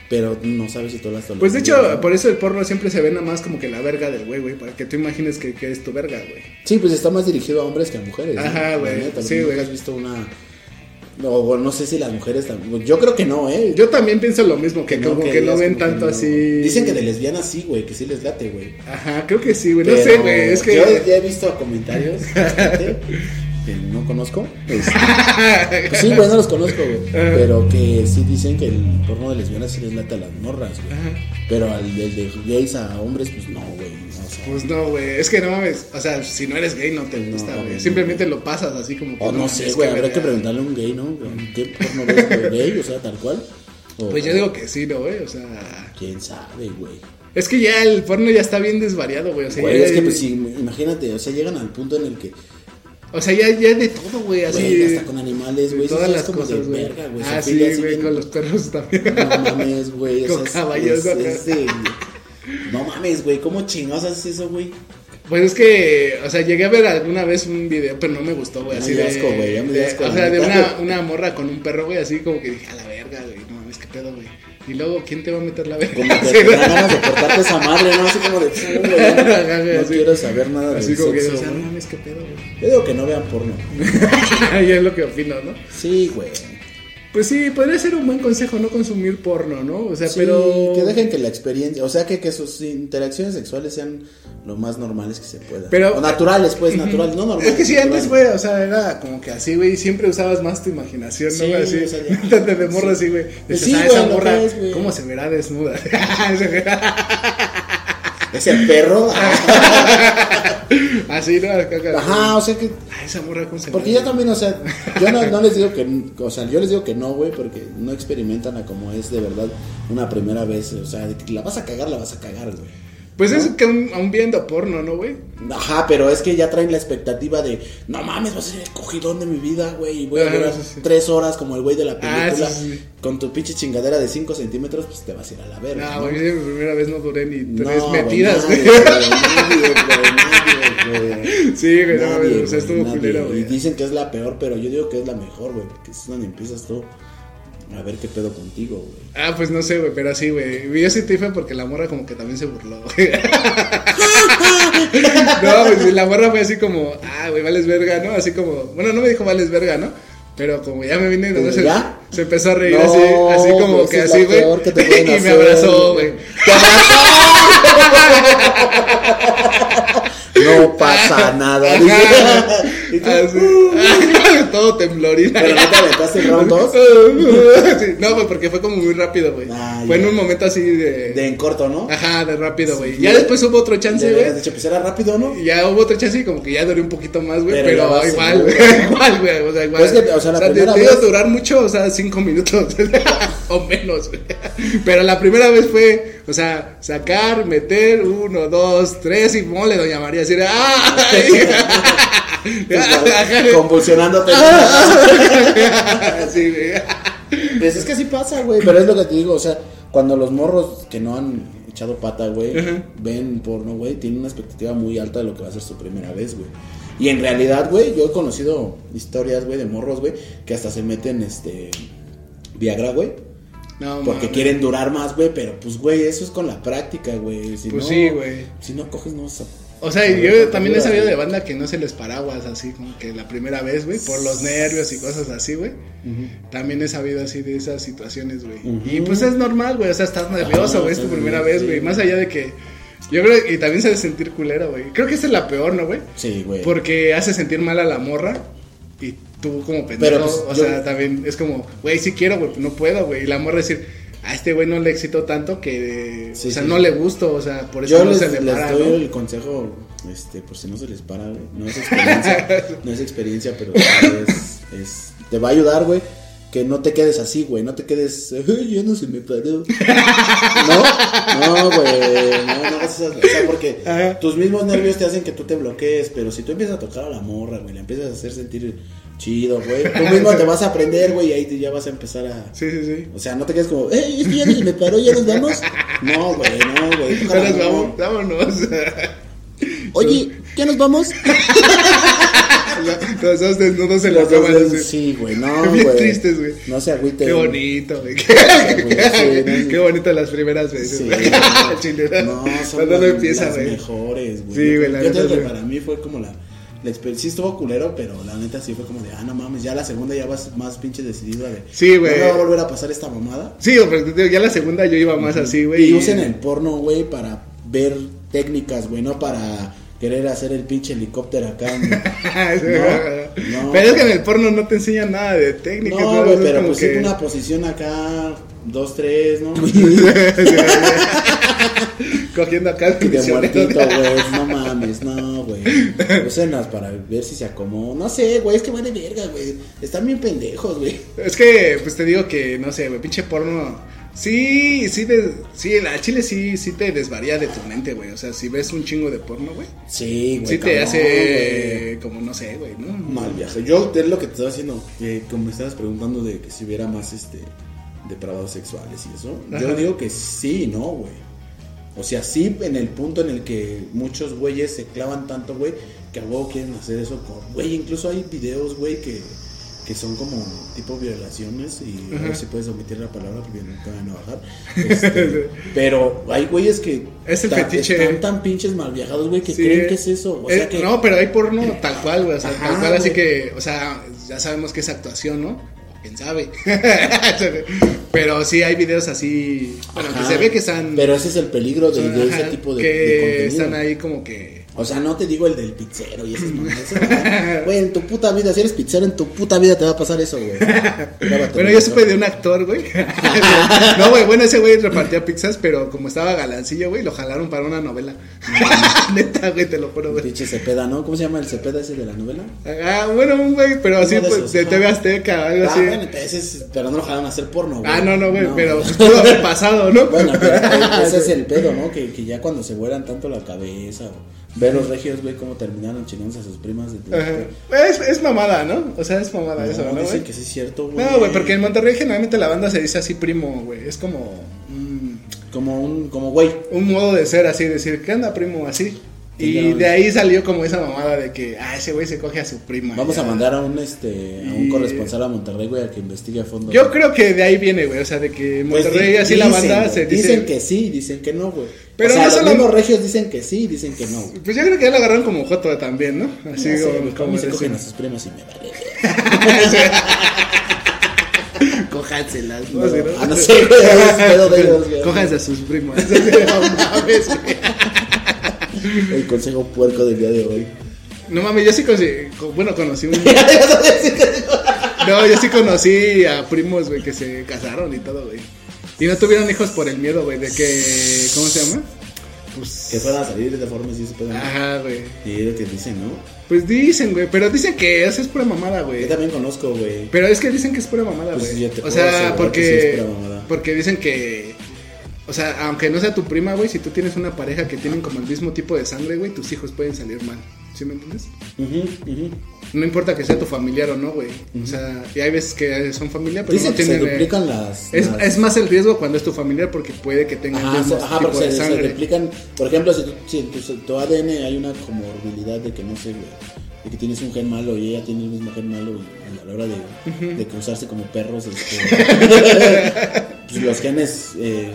C: Pero no sabes si tú las toleras.
B: Pues de hecho, por eso el porno siempre se ve nada más como que la verga del güey, güey. Para que tú imagines que, que es tu verga, güey.
C: Sí, pues está más dirigido a hombres que a mujeres. ¿no?
B: Ajá,
C: La
B: güey.
C: neta,
B: Sí,
C: nunca
B: güey.
C: has visto una. No, no sé si las mujeres también. Yo creo que no, ¿eh?
B: Yo también pienso lo mismo, que, como que no
C: ellas
B: ven
C: como que
B: tanto
C: no.
B: así.
C: Dicen que de lesbianas sí, güey, que sí les late, güey.
B: Ajá, creo que sí, güey. No
C: Pero
B: sé, güey. Es que.
C: Yo ya he visto comentarios gente que no conozco. este, pues sí, güey, no los conozco, güey. Pero que sí dicen que el porno de lesbianas sí les late a las morras, güey. Pero al del de gays a hombres, pues no, güey. no, o sea,
B: Pues no, güey. Es que no mames. O sea, si no eres gay, no te gusta,
C: No,
B: güey.
C: güey.
B: Simplemente lo pasas así como que.
C: O no sé, güey, habrá que preguntarle a un gay, ¿no? ¿Qué porno ves, güey? ¿Gay? O sea, tal cual. O-
B: Pues yo digo que sí, ¿no, güey? O sea.
C: ¿Quién sabe, güey?
B: Es que ya el porno ya está bien desvariado, güey. O sea,
C: Güey,
B: ya,
C: es que pues sí, imagínate, o sea, llegan al punto en el que,
B: o sea, ya, ya de todo, güey. Así.
C: güey, hasta con animales, güey,
B: todas
C: eso
B: las
C: es como
B: cosas,
C: de
B: güey.
C: verga, güey.
B: Ah, sí,
C: zoofilia, así
B: güey,
C: bien-
B: con los perros también.
C: No mames, güey. o
B: Con
C: sea, es-
B: caballos,
C: es-
B: ¿no?
C: es de- No mames, güey, ¿cómo chingados haces eso, güey?
B: Pues es que, o sea, llegué a ver alguna vez un video, pero no me gustó, güey.
C: Ya
B: Así
C: me
B: de.
C: dio asco, güey, ya me dio
B: de-
C: asco,
B: O
C: la
B: sea, de una,
C: neta.
B: una morra con un perro, güey, así como que dije, a la verga, güey. No mames, qué pedo, güey. Y luego, ¿quién te va a meter la verga?
C: Como
B: [laughs]
C: que
B: Sí,
C: te
B: güey.
C: dan ganas de cortarte esa madre, ¿no? Así como de. "Sí, güey,
B: [laughs]
C: ya
B: Ajá, güey,
C: No, no
B: así.
C: quiero saber nada de
B: Así como que,
C: sexo,
B: o sea, no
C: güey.
B: mames, qué pedo, güey. [laughs]
C: Yo digo que no vean porno.
B: Y es lo que opino, ¿no?
C: Sí, güey.
B: Pues sí, podría ser un buen consejo no consumir porno, ¿no? O sea,
C: Sí,
B: pero.
C: Que dejen que la experiencia. O sea, que, que sus interacciones sexuales sean lo más normales que se pueda.
B: Pero-
C: O naturales, pues, naturales, no normales.
B: Es que sí, antes, güey,
C: naturales.
B: o sea, era como que así, güey, siempre usabas más tu imaginación, ¿no?
C: Sí,
B: güey? así,
C: o sea, ya.
B: [laughs] Tanto de morra así, güey. Dices,
C: Pues sí,
B: "Ah,
C: güey,
B: esa
C: lo
B: morra,
C: ves, güey".
B: ¿cómo se verá desnuda? [laughs]
C: Ese
B: [laughs]
C: perro.
B: Ah, así, Ah, ¿no? Acá, acá.
C: Ajá, o sea que.
B: Ah, esa morra, ¿cómo se
C: Porque
B: verá?
C: yo también, o sea, yo no, no les digo que, o sea, yo les digo que no, güey, porque no experimentan a como es de verdad una primera vez, o sea, de que la vas a cagar, la vas a cagar, güey.
B: Pues es que aún, aún viendo porno, ¿no, güey?
C: Ajá, pero es que ya traen la expectativa de, no mames, va a ser el cogidón de mi vida, güey, y voy a
B: Ajá,
C: durar
B: Ah, sí, sí.
C: tres horas como el güey de la
B: Ah,
C: película,
B: sí, sí, sí.
C: con tu pinche chingadera de cinco centímetros, pues te vas a ir a la verga.
B: No,
C: ¿no?
B: Ah, güey, yo mi primera vez no duré ni tres
C: No, güey,
B: metidas,
C: nadie,
B: güey. [laughs]
C: güey, nadie, güey.
B: Sí, güey, no,
C: Nadie,
B: güey, o sea,
C: güey,
B: estuvo
C: nadie.
B: culero,
C: Y
B: güey.
C: dicen que es la peor, pero yo digo que es la mejor, güey. Porque es donde empiezas tú a ver qué pedo contigo, güey.
B: Ah, pues no sé, güey, pero así, güey. Yo sí tifa porque la morra como que también se burló, güey. [laughs] no, pues la morra fue así como, ah, güey, vales verga, ¿no? Así como, bueno, no me dijo vales verga, ¿no? Pero como ya me vine,
C: ¿Pero
B: se,
C: ya?
B: se empezó a reír
C: No,
B: así, así como
C: pues,
B: que
C: es la
B: así, güey.
C: peor que te
B: [laughs]
C: pueden
B: Y me
C: hacer,
B: abrazó,
C: güey.
B: güey.
C: No pasa nada. dice.
B: Ajá.
C: [laughs]
B: Ah,
C: Y tú,
B: Así. [laughs] Todo temblorina.
C: Ah, Pero no te aventaste el round 2
B: [laughs] Sí, No, güey, porque fue como muy rápido, güey.
C: Ah,
B: fue en
C: ya.
B: un momento así de.
C: de en corto, ¿no?
B: Ajá, de rápido, güey.
C: Sí,
B: ya
C: güey.
B: después hubo otro chance,
C: De
B: güey.
C: veras, de hecho, pues era rápido, ¿no?
B: Y Ya hubo otro chance y como que ya duré un poquito más, güey.
C: Pero
B: Pero,
C: ya vas
B: igual, güey. [laughs]
C: seguro.
B: Igual, güey. O sea, igual.
C: Pues es que, o sea, la
B: te-
C: primera
B: te iba a
C: vez-
B: durar mucho, o sea, cinco minutos. [laughs] o menos, güey. Pero la primera vez fue, o sea, sacar, meter, uno, dos, tres y mole, doña María. Así era, [laughs]
C: [laughs]
B: ¡ah! Ajá, güey.
C: Convulsionándote.
B: Así, güey.
C: Pues es que así pasa, güey. Pero es lo que te digo, o sea, cuando los morros que no han echado pata, güey, ven porno, güey, tienen una expectativa muy alta de lo que va a ser su primera vez, güey. Y en realidad, güey, yo he conocido historias, güey, de morros, güey, que hasta se meten, este, Viagra, güey.
B: No,
C: Porque
B: mames.
C: quieren durar más, güey, pero pues, güey, eso es con la práctica, güey. Si
B: Pues
C: no-
B: sí, güey.
C: Si no coges, no vas a-
B: O sea,
C: a-
B: yo también he
C: duras,
B: sabido
C: güey.
B: de banda que no se les paraguas así, como que la primera vez, güey, por los nervios y cosas así, güey. También he sabido así de esas situaciones, güey. Y pues es normal, güey, o sea, estás nervioso,
C: Ah,
B: güey, es tu
C: estás
B: primera
C: nervioso,
B: vez, güey. Más allá de que. Yo creo y también se hace sentir culero, güey. Creo que esa es la peor, ¿no, güey?
C: Sí, güey.
B: Porque hace sentir mal a la morra y tú como pendejo,
C: Pero, pues,
B: o
C: yo-
B: sea, también es como, güey, sí quiero, güey, no puedo, güey. Y la morra decir, a este güey no le excito tanto que,
C: Sí,
B: o sea,
C: sí.
B: no le gusto, o sea, por eso
C: Yo
B: no
C: les,
B: se le
C: les
B: para,
C: doy
B: ¿no?
C: el consejo, este, por si no se les para, güey. No
B: [laughs]
C: es experiencia, no es experiencia, pero es, es- te va a ayudar, güey. Que no te quedes así, güey. No te quedes, "Ay, ya no se me paró.
B: [laughs]
C: no, no, güey. No, no hagas esas, o sea, porque
B: Ajá.
C: tus mismos nervios te hacen que tú te bloquees. Pero si tú empiezas a tocar a la morra, güey, la empiezas a hacer sentir chido, güey.
B: [laughs]
C: Tú mismo te vas a aprender, güey, y ahí te- ya vas a empezar a.
B: Sí, sí, sí.
C: O sea, no te quedes como, ¡Ey, es que ya no se me paró, ya nos vamos! No, güey, no, güey.
B: Ya nos [laughs]
C: no.
B: vamos, vámonos. [laughs]
C: Oye, ¿ya nos vamos?
B: la- los dos desnudos en la
C: Los dos
B: cama.
C: ven-
B: así.
C: Sí, güey, no,
B: Bien
C: güey.
B: tristes, güey.
C: No se agüiten.
B: Qué bonito, güey. [laughs]
C: güey, sí, no,
B: Qué
C: no.
B: bonito las primeras veces. [laughs]
C: Sí,
B: güey.
C: güey.
B: Chile,
C: No, son
B: Cuando no
C: las,
B: empieza,
C: las
B: güey.
C: mejores, güey.
B: Sí,
C: Yo
B: güey,
C: creo-
B: la
C: Yo
B: neta,
C: creo que
B: güey.
C: para mí fue como la, la experiencia. Sí estuvo culero, pero la neta sí fue como de, ah, no mames, ya la segunda ya vas más pinche decidido a ver.
B: Sí, güey.
C: No me va a volver a pasar esta mamada.
B: Sí, pero te digo, ya la segunda yo iba más así, güey.
C: Y
B: [laughs]
C: usen el porno, güey, para ver técnicas, güey, no para querer hacer el pinche helicóptero acá.
B: [laughs]
C: güey. No, no.
B: Pero es que en el porno no te enseñan nada de técnica.
C: No,
B: todo eso
C: güey,
B: es
C: pero
B: como
C: pues
B: que- [laughs]
C: sí, una posición acá, dos, tres, ¿no? [laughs]
B: [laughs] Cogiendo acá el
C: De
B: prisionero.
C: muertito, güey. No mames, no, güey. Usenlas para ver si se acomodó. No sé, güey, es que vale verga, güey. Están bien pendejos, güey.
B: Es que, pues te digo que, no sé, güey, pinche porno. Sí, sí, de, sí, la chile sí, sí te desvaría de tu mente, güey. O sea, si ves un chingo de porno, güey,
C: Sí, güey.
B: sí te
C: cabrón,
B: hace como, no sé, güey, ¿no?
C: güey. Mal viaje. Yo es lo que te estaba diciendo, que como me estabas preguntando de que si hubiera más este depravados sexuales y eso.
B: Ajá.
C: Yo digo que sí, y no, güey. O sea, sí en el punto en el que muchos güeyes se clavan tanto, güey, que a huevo quieren hacer eso con, güey, incluso hay videos, güey, que, que son como tipo violaciones y a ver si puedes omitir la palabra porque no te van
B: [laughs]
C: a bajar. Este, pero hay güeyes que
B: Es el
C: ta-
B: fetiche. eh.
C: están tan pinches mal viajados, güey, que
B: Sí.
C: creen que es eso. O
B: Eh,
C: sea que Eh,
B: No, pero hay porno tal cual, güey. O sea,
C: Ajá,
B: tal cual, así
C: güey.
B: que, o sea, ya sabemos que es actuación, ¿no? [laughs] Quién sabe. pero sí hay videos así. Bueno, que
C: Ajá.
B: se ve que están.
C: Pero ese es el peligro de, de ese
B: ajá,
C: tipo de,
B: Que
C: de contenido.
B: están ahí como que.
C: O sea, no te digo el del
B: [laughs]
C: pizzero y esas mamadas. ¿eh? Güey, en tu puta vida, si eres pizzero, en tu puta vida te va a pasar
B: [laughs]
C: eso, güey. Grábatelo,
B: Bueno, yo
C: güey.
B: supe de un actor, güey. [laughs] no, güey, bueno, ese güey repartía pizzas, pero como estaba galancillo, güey, lo jalaron para una novela. [laughs] Neta, güey, te lo juro, güey.
C: Pinche Cepeda, ¿no? ¿Cómo se llama el Cepeda ese de la novela?
B: Ah, bueno, un güey, pero así,
C: Uno de
B: pues,
C: esos,
B: de
C: ajá.
B: TV Azteca, algo
C: ah,
B: así.
C: bueno, ese es- pero no lo dejaron hacer porno, güey.
B: Ah, no, no, güey, pero pues, pudo haber pasado, ¿no?
C: Bueno, pero eh, ese es el pedo, ¿no? Que, que ya cuando se vuelan tanto la cabeza, o ver los regios, güey, cómo terminaron chingándose a sus primas de
B: [laughs] Ajá. Es, es mamada, ¿no? O sea, es mamada eso, ¿no?
C: Dicen
B: güey?
C: que sí es cierto, güey.
B: No, güey, porque en Monterrey generalmente la banda se dice así primo, güey. Es como mm,
C: Como un, como güey.
B: un modo de ser así, decir, ¿qué anda primo? Así. Y
C: Claro.
B: de ahí salió como esa mamada de que, ah, ese güey se coge a su prima.
C: Vamos
B: ya.
C: a mandar a un este a un
B: Y-
C: corresponsal a Monterrey, güey, a que investigue a fondo.
B: Yo creo que de ahí viene, güey. O sea, de que en
C: Pues
B: Monterrey
C: di-
B: así la
C: dicen,
B: banda
C: güey,
B: se dice.
C: Dicen que sí, dicen que no, güey.
B: Pero
C: Pero
B: no
C: los
B: solo-
C: mismos regios dicen que sí, dicen que no. güey.
B: Pues yo creo que ya la agarraron como Joto también, ¿no? Así
C: Ya sé,
B: como,
C: güey,
B: como
C: ¿cómo se
B: decir,
C: cogen a sus primas y me vale.
B: [laughs]
C: Cójanselas,
B: ¿no? Así, ¿no?
C: Ah, no sé, güey, es pedo de ellos, güey.
B: Cójanse a sus primas. [laughs] No mames, güey.
C: El consejo puerco del día de hoy.
B: No mames, yo sí conocí, co- bueno, conocí
C: [laughs]
B: un... No, yo sí conocí a primos, güey, que se casaron y todo, güey. Y no tuvieron hijos por el miedo, güey, de que... ¿Cómo se llama? Pues...
C: Que fueran a salir de forma y ese pedo. ¿no?
B: Ajá, güey.
C: Y es lo que dicen, ¿no?
B: Pues dicen, güey, pero dicen que eso es pura mamada,
C: Yo
B: güey.
C: también conozco, güey.
B: Pero es que dicen que es pura mamada,
C: Pues
B: güey.
C: ya te
B: o
C: puedo
B: sea,
C: asegurar que sí
B: porque...
C: es pura mamada.
B: porque dicen que... O sea, aunque no sea tu prima, güey, si tú tienes una pareja que tienen como el mismo tipo de sangre, güey, tus hijos pueden salir mal. ¿Sí me entiendes?
C: Ujú, ujú.
B: No importa que sea tu familiar o no, güey. O sea, y hay veces que son familia, pero
C: Dicen
B: no
C: que se
B: tienen. eh,
C: duplican las.
B: es,
C: las-
B: es más el riesgo cuando es tu familiar porque puede que tengan
C: Ajá, se- ajá,
B: tipo
C: porque
B: de
C: se, se
B: sangre.
C: replican. Por ejemplo, si, tú- si pues, en tu, tu ADN hay una comorbilidad de que no sé, güey, de que tienes un gen malo y ella tiene el mismo gen malo y a la hora de, de cruzarse como perros,
B: [laughs]
C: este, pues los genes, eh,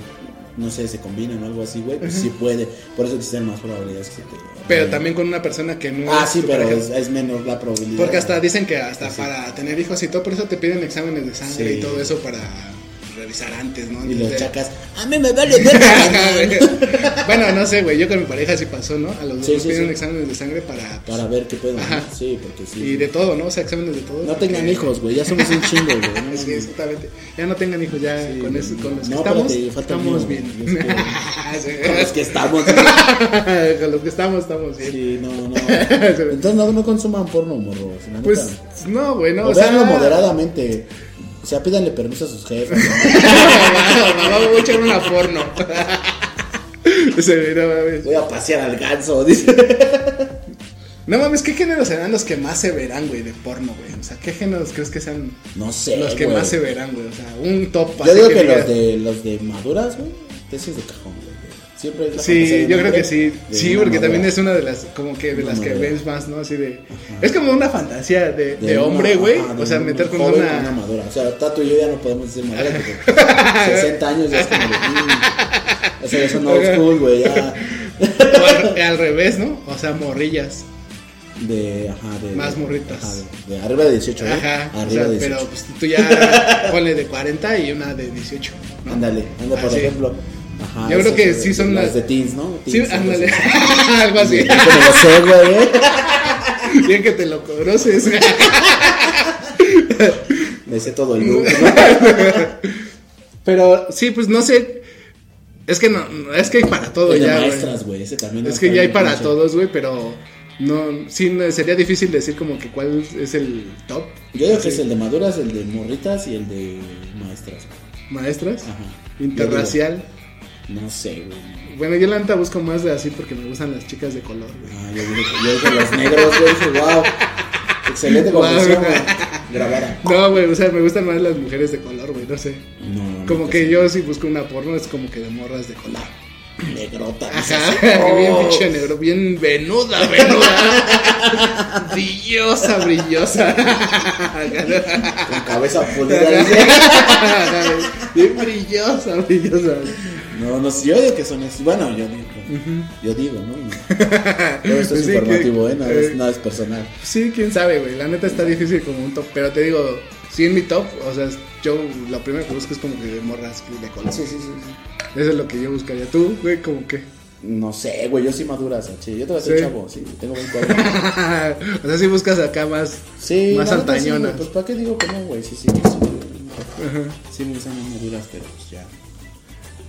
C: no sé, se combinan o algo así, güey, pues sí puede. Por eso existen más probabilidades que se te.
B: Pero también con una persona que no.
C: Ah,
B: es
C: sí,
B: tu
C: pero
B: pareja.
C: es, es menor la probabilidad.
B: Porque hasta dicen que hasta
C: Sí.
B: para tener hijos y todo, por eso te piden exámenes de sangre
C: Sí.
B: y todo eso para revisar antes, ¿no?
C: Y
B: Antes
C: los
B: de- [laughs]
C: chacas, a mí me vale verga, carnal".
B: bueno, no sé, güey. Yo con mi pareja sí pasó, ¿no? A los dos
C: Sí,
B: nos
C: sí,
B: piden
C: sí.
B: exámenes de sangre para.
C: Para ver qué pedo, ¿no?
B: Ajá.
C: Sí, porque sí.
B: Y de todo, ¿no? O sea, exámenes de todo.
C: no tengan
B: porque- [laughs]
C: hijos, güey, ya somos un chingo, güey. no
B: Sí,
C: mames.
B: exactamente. Ya no tengan hijos, ya
C: Sí,
B: con, eso, con los que
C: no,
B: estamos,
C: espérate, falta
B: estamos
C: mío,
B: bien. Ah, [laughs]
C: es que-
B: Sí.
C: Con los que estamos.
B: [laughs] con los que estamos, estamos bien.
C: Sí, no,
B: [laughs]
C: no. Entonces no, no consuman porno, morro.
B: Pues, no, güey, no.
C: o veanlo moderadamente. O sea, pídanle permiso a sus jefes.
B: [laughs] Mamá, me voy a echar una [laughs] porno. Se ve, no mames.
C: Voy a pasear al ganso, [laughs] dice.
B: No mames, ¿qué géneros serán los que más se verán, güey, de porno, güey? O sea, ¿qué géneros crees que sean
C: No sé.
B: los que
C: güey.
B: más se verán, güey? O sea, un top
C: Yo digo que,
B: digas-
C: los de los de maduras, güey. Esos de cajón, güey. Siempre es la fantasía de
B: Sí,
C: un
B: yo creo
C: hombre
B: que sí.
C: de
B: Sí,
C: una
B: porque
C: novela.
B: también es una de las, como que de
C: Una
B: las que
C: novela.
B: ves más, ¿no? Así de. Es como una fantasía de, de
C: una-
B: hombre, güey.
C: ajá, de
B: O sea,
C: un
B: meter con
C: joven
B: una. [laughs]
C: a madura. O sea, Tato y yo ya no podemos decir madura porque 60 años ya es como de. mm. O sea, es un old school, güey. Ya.
B: o al, al revés, ¿no? O sea, morrillas.
C: De. Ajá, de.
B: Más morritas.
C: Ajá, de, de arriba de 18, ¿eh?
B: Ajá. o
C: Arriba
B: sea,
C: de 18.
B: pero pues, tú
C: [laughs]
B: ya ponle de 40 y una de 18. ¿no?
C: Ándale, anda, por
B: Así.
C: ejemplo. Ajá,
B: Yo creo
C: esas
B: que
C: de-
B: sí son
C: las,
B: las-
C: de teens, ¿no?
B: Sí,
C: Teens,
B: [laughs]
C: algo
B: ándale. Algo
C: así. [laughs]
B: así.
C: Yo me lo sé, güey. ¿eh?
B: Bien que te lo conoces.
C: [laughs] Me sé todo el
B: [laughs]
C: look.
B: Pero sí, pues no sé. Es que no, no, es que hay para todo
C: ¿no? El de
B: ya. güey.
C: maestras, güey. Ese también.
B: Es
C: no
B: que
C: está
B: ya hay
C: bien
B: para
C: pinche.
B: todos, güey, pero no, sí, no, sería difícil decir como que cuál es el top.
C: Yo digo que es
B: Sí.
C: el de maduras, el de morritas y el de maestras. güey.
B: Maestras,
C: Ajá.
B: interracial.
C: No sé, güey.
B: Bueno, yo la neta busco más de así porque me gustan las chicas de color, güey.
C: Ah, yo dije, yo dije los negros, güey, dije, wow. Excelente
B: Wow.
C: conclusión, güey. Grabada.
B: No, güey, o sea, me gustan más las mujeres de color, güey, no sé.
C: No,
B: Como
C: neta,
B: que
C: sí.
B: yo si busco una porno es como que de morras de color.
C: Negrota. dices,
B: Ajá,
C: oh.
B: bien pinche negro, bien venuda, venuda. brillosa, brillosa.
C: Con
B: [laughs]
C: cabeza pulida, dice.
B: bien brillosa, brillosa. güey.
C: No, no, sé, yo digo que son es- Bueno, yo digo. Yo
B: [laughs]
C: digo, ¿no? Pero esto es
B: Sí, que-
C: informativo, ¿eh? No,
B: eh.
C: es, no es personal.
B: Sí, quién sabe, güey. La neta está difícil como un top. Pero te digo, sí en mi top, o sea, yo lo primero que busco es como que de morras de color.
C: Sí, sí, sí. sí.
B: Eso es lo que yo buscaría. Tú, güey, como que.
C: No sé, güey, yo soy madura, Sachi. Yo te voy a decir
B: Sí.
C: chavo, sí, tengo 24 años.
B: [laughs] o sea, si buscas acá más.
C: Sí,
B: Más
C: la neta, sí,
B: antañona.
C: güey, pues, ¿para qué digo que no, güey? Sí, sí, sí. Sí, sí me gustan las maduras, pero pues ya.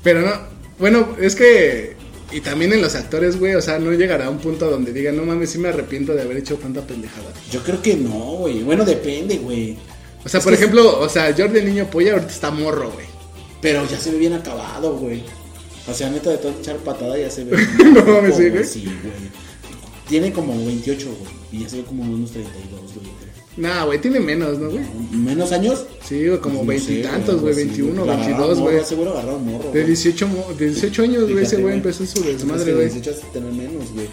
B: Pero no. Bueno, es que. Y también en los actores, güey. O sea, no llegará a un punto donde digan, no mames, sí me arrepiento de haber hecho tanta pendejada.
C: Yo creo que no, güey. Bueno, depende, güey.
B: O sea,
C: Es
B: por
C: que-
B: ejemplo, o sea, Jordi el Niño Polla ahorita está morro, güey.
C: Pero ya se ve bien acabado, güey. O sea, neta de todo echar patada
B: [laughs]
C: ya se ve.
B: No mames, sí, güey.
C: Sí, güey. Tiene como 28, güey. Y ya se ve como unos 32, güey.
B: Nah, güey, tiene menos, ¿no, güey?
C: ¿Menos años?
B: Sí, güey, como
C: Pues no sé,
B: veintitantos, güey,
C: algo así,
B: veintiuno,
C: Pero agarraron
B: veintidós, güey.
C: morro, Seguro agarraron morro.
B: De
C: güey.
B: 18, mo- de 18 años, güey, ese
C: Fíjate,
B: güey empezó su desmadre, güey.
C: ¿Tú crees que 18 has de tener menos, güey.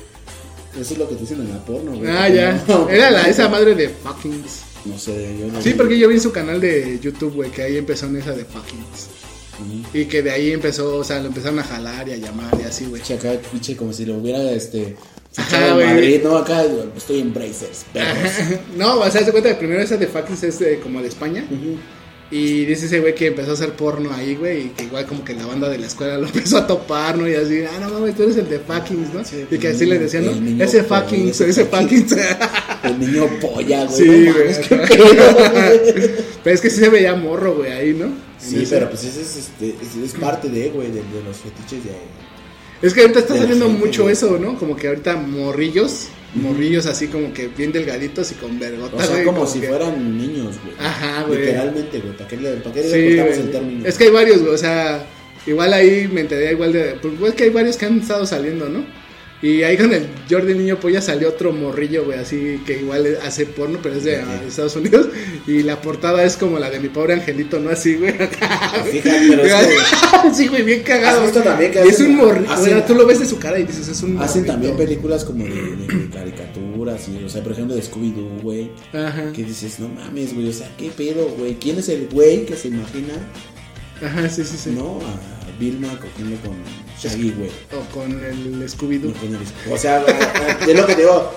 C: Eso es lo que te dicen en la porno, güey.
B: Ah, ya.
C: [laughs] No,
B: Era la, esa madre de fuckings.
C: No sé, yo no.
B: Sí, porque yo vi en su canal de YouTube, güey, que ahí empezó en esa de fuckings.
C: Ujú.
B: Y que de ahí empezó, o sea, lo empezaron a jalar y a llamar y así, güey.
C: Che, acá, pinche, como si lo hubiera, este.
B: Ajá,
C: fichado en
B: güey.
C: Madrid, no, acá güey, estoy en Brazers. perros.
B: No, o sea, se cuenta que primero esa de fuckings es eh, como de España.
C: Ujú.
B: Y dice ese güey que empezó a hacer porno ahí, güey, y que igual como que la banda de la escuela lo [laughs] empezó a topar, ¿no? Y así, ah, no mames, tú eres el de fuckings, ¿no? y que así le decían,
C: El
B: ¿no?
C: niño
B: Ese
C: pobre,
B: fuckings,
C: ese
B: ese fuckings. [laughs]
C: El niño polla, güey.
B: Sí,
C: no
B: güey.
C: mames, qué pedo, güey.
B: Pero es que sí se veía morro, güey, ahí, ¿no? En
C: Sí,
B: ese-
C: pero pues ese es, este, es, es parte de, güey, de, de los fetiches de.
B: Es que ahorita está
C: de la
B: saliendo
C: gente,
B: mucho
C: güey.
B: eso, ¿no? Como que ahorita morrillos, morrillos así como que bien delgaditos y con vergota,
C: O sea,
B: güey,
C: como si
B: que-
C: fueran niños, güey.
B: Ajá, güey.
C: Literalmente, güey. ¿Para qué le, para qué le
B: Sí,
C: cortamos
B: güey.
C: el término?
B: Es que hay varios, güey, o sea, igual ahí me enteré igual de... Pues güey, es que hay varios que han estado saliendo, ¿no? Y ahí con el Jordi Niño Polla salió otro morrillo, güey, así que igual hace porno, pero es de ah, Estados Unidos. Y la portada es como la de mi pobre angelito, ¿no? Así, [laughs] güey.
C: Fíjate, pero es que.
B: sí, güey, bien
C: ¿Has
B: cagado.
C: visto también que
B: Y es
C: hacen-
B: un morrillo.
C: hacen-
B: O sea, tú lo ves de su cara y dices, es un
C: Hacen
B: morrito.
C: también películas como de, de- de caricaturas, y, o sea, por ejemplo de Scooby-Doo, güey.
B: Ajá.
C: Que dices, no mames, güey, o sea, qué pedo, güey. ¿Quién es el güey que se imagina,
B: Ajá, sí, sí, sí.
C: no? A Vilma cogiendo con Shaggy, güey.
B: O con el Scooby-Doo.
C: No, con el- O sea, a- a- es lo que te digo.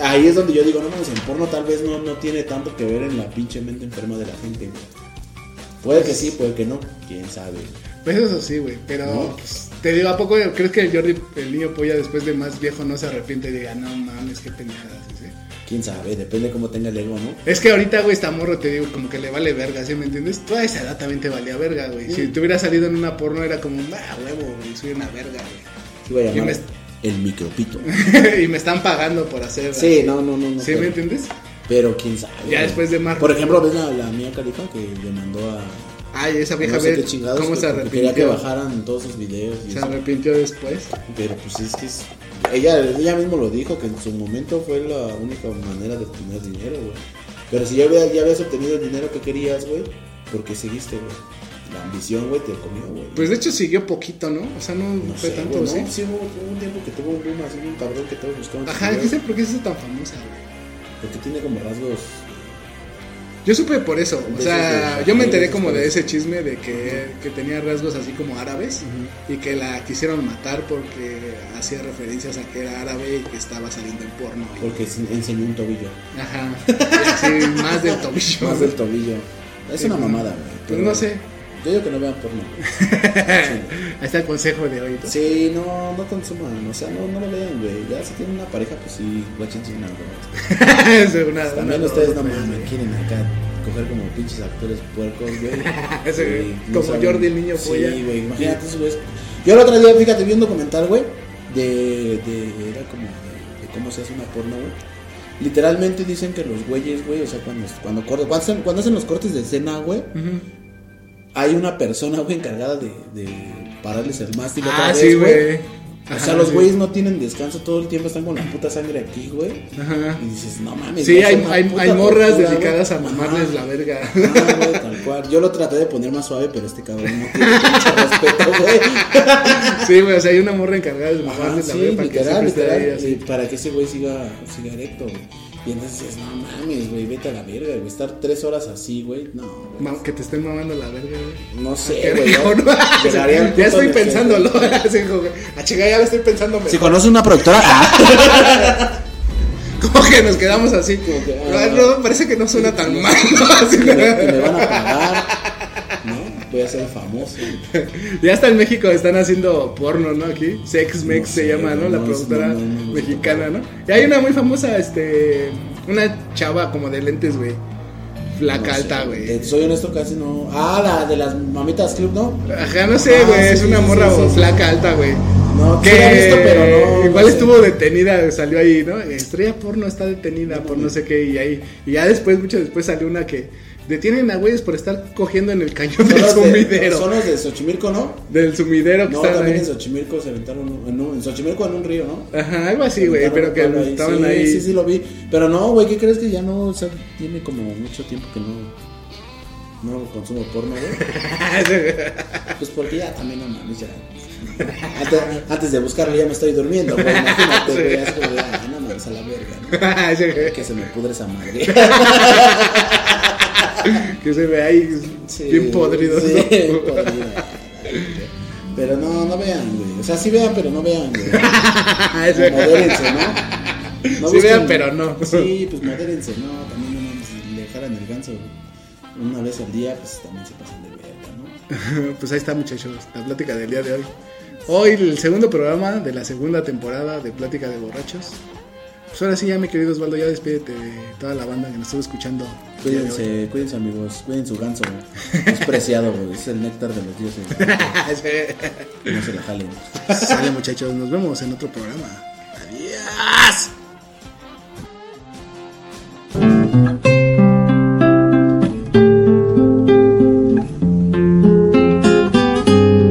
C: Ahí es donde yo digo, no mames, el porno tal vez no, no tiene tanto que ver en la pinche mente enferma de la gente, güey. Puede que sí, puede que no. Quién sabe.
B: Pues eso sí, güey. Pero
C: No.
B: pues, te digo, ¿a poco crees que el Jordi, el niño polla, después de más viejo, no se arrepiente y diga, no mames, qué pendejadas hice"?
C: Quién sabe, depende cómo tenga el ego, ¿no?
B: Es que ahorita, güey, está morro, te digo, como que le vale verga, ¿sí me entiendes? Toda esa edad también te valía verga, güey. Si te hubiera salido en una porno, era como, ah, huevo, güey, soy una verga,
C: Sí, voy a
B: Y
C: llamar
B: me-
C: el
B: [laughs]
C: micropito.
B: güey. y me están pagando por hacer.
C: Sí, no, no, no. no
B: ¿Sí me
C: pero-
B: entiendes?
C: Pero quién sabe.
B: Ya
C: güey.
B: después de Marco.
C: Por ejemplo, ves la, la mía Califa que demandó a.
B: Ay, esa vieja,
C: no sé
B: güey,
C: qué chingados.
B: ¿cómo
C: que-
B: se
C: porque Quería que
B: arrepintió?
C: bajaran todos sus videos. y
B: Se
C: eso.
B: arrepintió después.
C: Pero pues es que es. Ella, ella mismo lo dijo que en su momento fue la única manera de obtener dinero, güey. Pero si ya, había- ya habías obtenido el dinero que querías, güey, ¿por qué seguiste, güey? la ambición, güey, te comió, güey.
B: Pues de hecho siguió poquito, ¿no? O sea, no,
C: no
B: fue
C: sé,
B: tanto,
C: güey,
B: ¿sí?
C: ¿no? Sí, hubo, hubo un tiempo que tuvo un boom así bien cabrón que todos buscaban.
B: Ajá,
C: sus
B: yo sé
C: videos,
B: por qué se hizo tan famosa, güey.
C: Porque tiene como rasgos.
B: Yo supe por eso, o
C: Entonces,
B: sea,
C: de-
B: yo me
C: de-
B: enteré
C: de-
B: como de ese chisme de que, que tenía rasgos así como árabes y que la quisieron matar porque hacía referencias a que era árabe y que estaba saliendo en porno.
C: Porque se- enseñó un tobillo.
B: Ajá, así
C: [laughs]
B: más del tobillo.
C: Más del tobillo. Es una
B: Ujú.
C: mamada, güey.
B: Pues no sé,
C: Yo digo que no vean porno.
B: [laughs] ahí está el consejo de hoy.
C: Sí, no, no consuman. O sea, no, no lo vean, güey. Ya si tienen una pareja, pues sí, guachense una,
B: [laughs]
C: güey.
B: Es una-
C: También
B: una-
C: ustedes no
B: una-
C: mames, quieren acá coger como pinches actores puercos, güey.
B: [laughs] Ese,
C: Y
B: como Jordi el niño
C: Sí,
B: polla.
C: güey, imagínate eso, güey. Yo el otro día, fíjate, vi un documental, güey, de, de, era como de, de cómo se hace una porno, güey. Literalmente dicen que los güeyes, güey, o sea, cuando, cuando, cortan- cuando, hacen, cuando hacen los cortes de escena, güey,
B: Ujú.
C: hay una persona, güey, encargada de, de pararles el mástil otra
B: Ah,
C: vez,
B: sí, güey.
C: O
B: Ajá,
C: sea, los
B: sí.
C: güeyes no tienen descanso todo el tiempo, están con la puta sangre aquí, güey.
B: Ajá.
C: Y dices, no mames.
B: Sí,
C: güey, es
B: hay,
C: una
B: hay,
C: puta
B: hay morras
C: tortura,
B: dedicadas a
C: güey.
B: mamarles
C: Ajá.
B: la verga.
C: Ah, güey, tal cual. Yo lo traté de poner más suave, pero este cabrón no tiene [laughs] mucho respeto, güey.
B: [laughs] Sí, güey, o sea, hay una morra encargada de
C: Ajá,
B: mamarles la
C: sí,
B: verga para que
C: literal,
B: siempre esté ahí
C: literal.
B: así.
C: y Para que ese güey siga, siga erecto, güey. Y entonces dices, no mames, güey, vete a la verga, güey. Estar tres horas así, güey, no, güey.
B: Ma- Que te estén mamando la verga, güey.
C: No
B: Qué
C: sé, güey.
B: rico,
C: ya-
B: ¿no?
C: llegaría al
B: [laughs]
C: punto
B: Ya estoy
C: en el que-
B: pensándolo. [laughs] así como que, A chingar, ya lo estoy pensando.
C: [laughs] Si
B: mejor.
C: conoces una productora, ah,
B: [laughs] Como que nos quedamos así.
C: Como que,
B: Ah,
C: ah,
B: no, parece que no suena tan mal.
C: [laughs]
B: ¿no? Así,
C: que me, que me van a pagar. No, voy a ser famoso.
B: [laughs] Ya hasta en México están haciendo porno, ¿no? Aquí. Sex Mex
C: No
B: se
C: sé,
B: llama, ¿no? La
C: no,
B: productora
C: no, no, no, no,
B: mexicana, ¿no? Y hay una muy famosa, este. Una chava como de lentes, güey. Flaca
C: No sé, eh.
B: alta, güey.
C: te Soy honesto, casi no. Ah, la de las mamitas club, ¿no?
B: Ajá, no sé,
C: Ah,
B: güey.
C: sí,
B: es
C: sí,
B: una
C: sí,
B: morra
C: sí,
B: o
C: sí.
B: flaca alta, güey.
C: No, sí
B: que
C: la he visto, pero no.
B: igual
C: no sé.
B: estuvo detenida, salió ahí, ¿no? Estrella porno está detenida por no sé qué y ahí. Y ya después, mucho después salió una que detienen a güeyes por estar cogiendo en el cañón
C: Son
B: del
C: los de-
B: sumidero.
C: Son los de Xochimilco, ¿no?
B: Del sumidero que
C: No,
B: están
C: también
B: ahí.
C: en Xochimilco se aventaron. un- En, un- en Xochimilco en un río, ¿no?
B: Ajá, algo así, güey, pero que
C: Aventaron un palo
B: estaban
C: sí,
B: ahí. [laughs]
C: Sí, sí, lo vi. Pero no, güey, ¿qué crees que ya no? O sea, tiene como mucho tiempo que no. No consumo porno, güey.
B: Ah,
C: Pues porque ya también no mames, ya. Antes, antes de buscarlo ya me estoy durmiendo, güey.
B: Sí.
C: Imagínate, güey. Es como de, ah, no mames, a la verga. ¿no?
B: Ese [laughs] güey,
C: Que se me pudre esa madre.
B: [laughs] que se ve ahí
C: Sí,
B: bien podrido. ¿no?
C: sí, [laughs]
B: [laughs]
C: bien podrido. Pero no, no vean, güey. O sea, sí vean, pero no vean,
B: [laughs]
C: güey.
B: Ese güey.
C: Modérense, ¿no?
B: Sí vean, pero no.
C: Sí, pues modérense, ¿no? También no mames, si le dejaran el ganso una vez al día, pues también se pasan de verga, ¿no?
B: [laughs] Pues ahí está, muchachos, la plática del día de hoy. Hoy el segundo programa de la segunda temporada de Plática de Borrachos. Pues ahora sí, ya mi querido Osvaldo, ya despídete de toda la banda que nos estuvo escuchando. el día de hoy.
C: Cuídense, cuídense, amigos. Cuiden su ganso, güey. Es preciado, güey. Es el néctar de los dioses.
B: Sí. [laughs]
C: No se la jalen.
B: Sale, muchachos, nos vemos en otro programa. Adiós.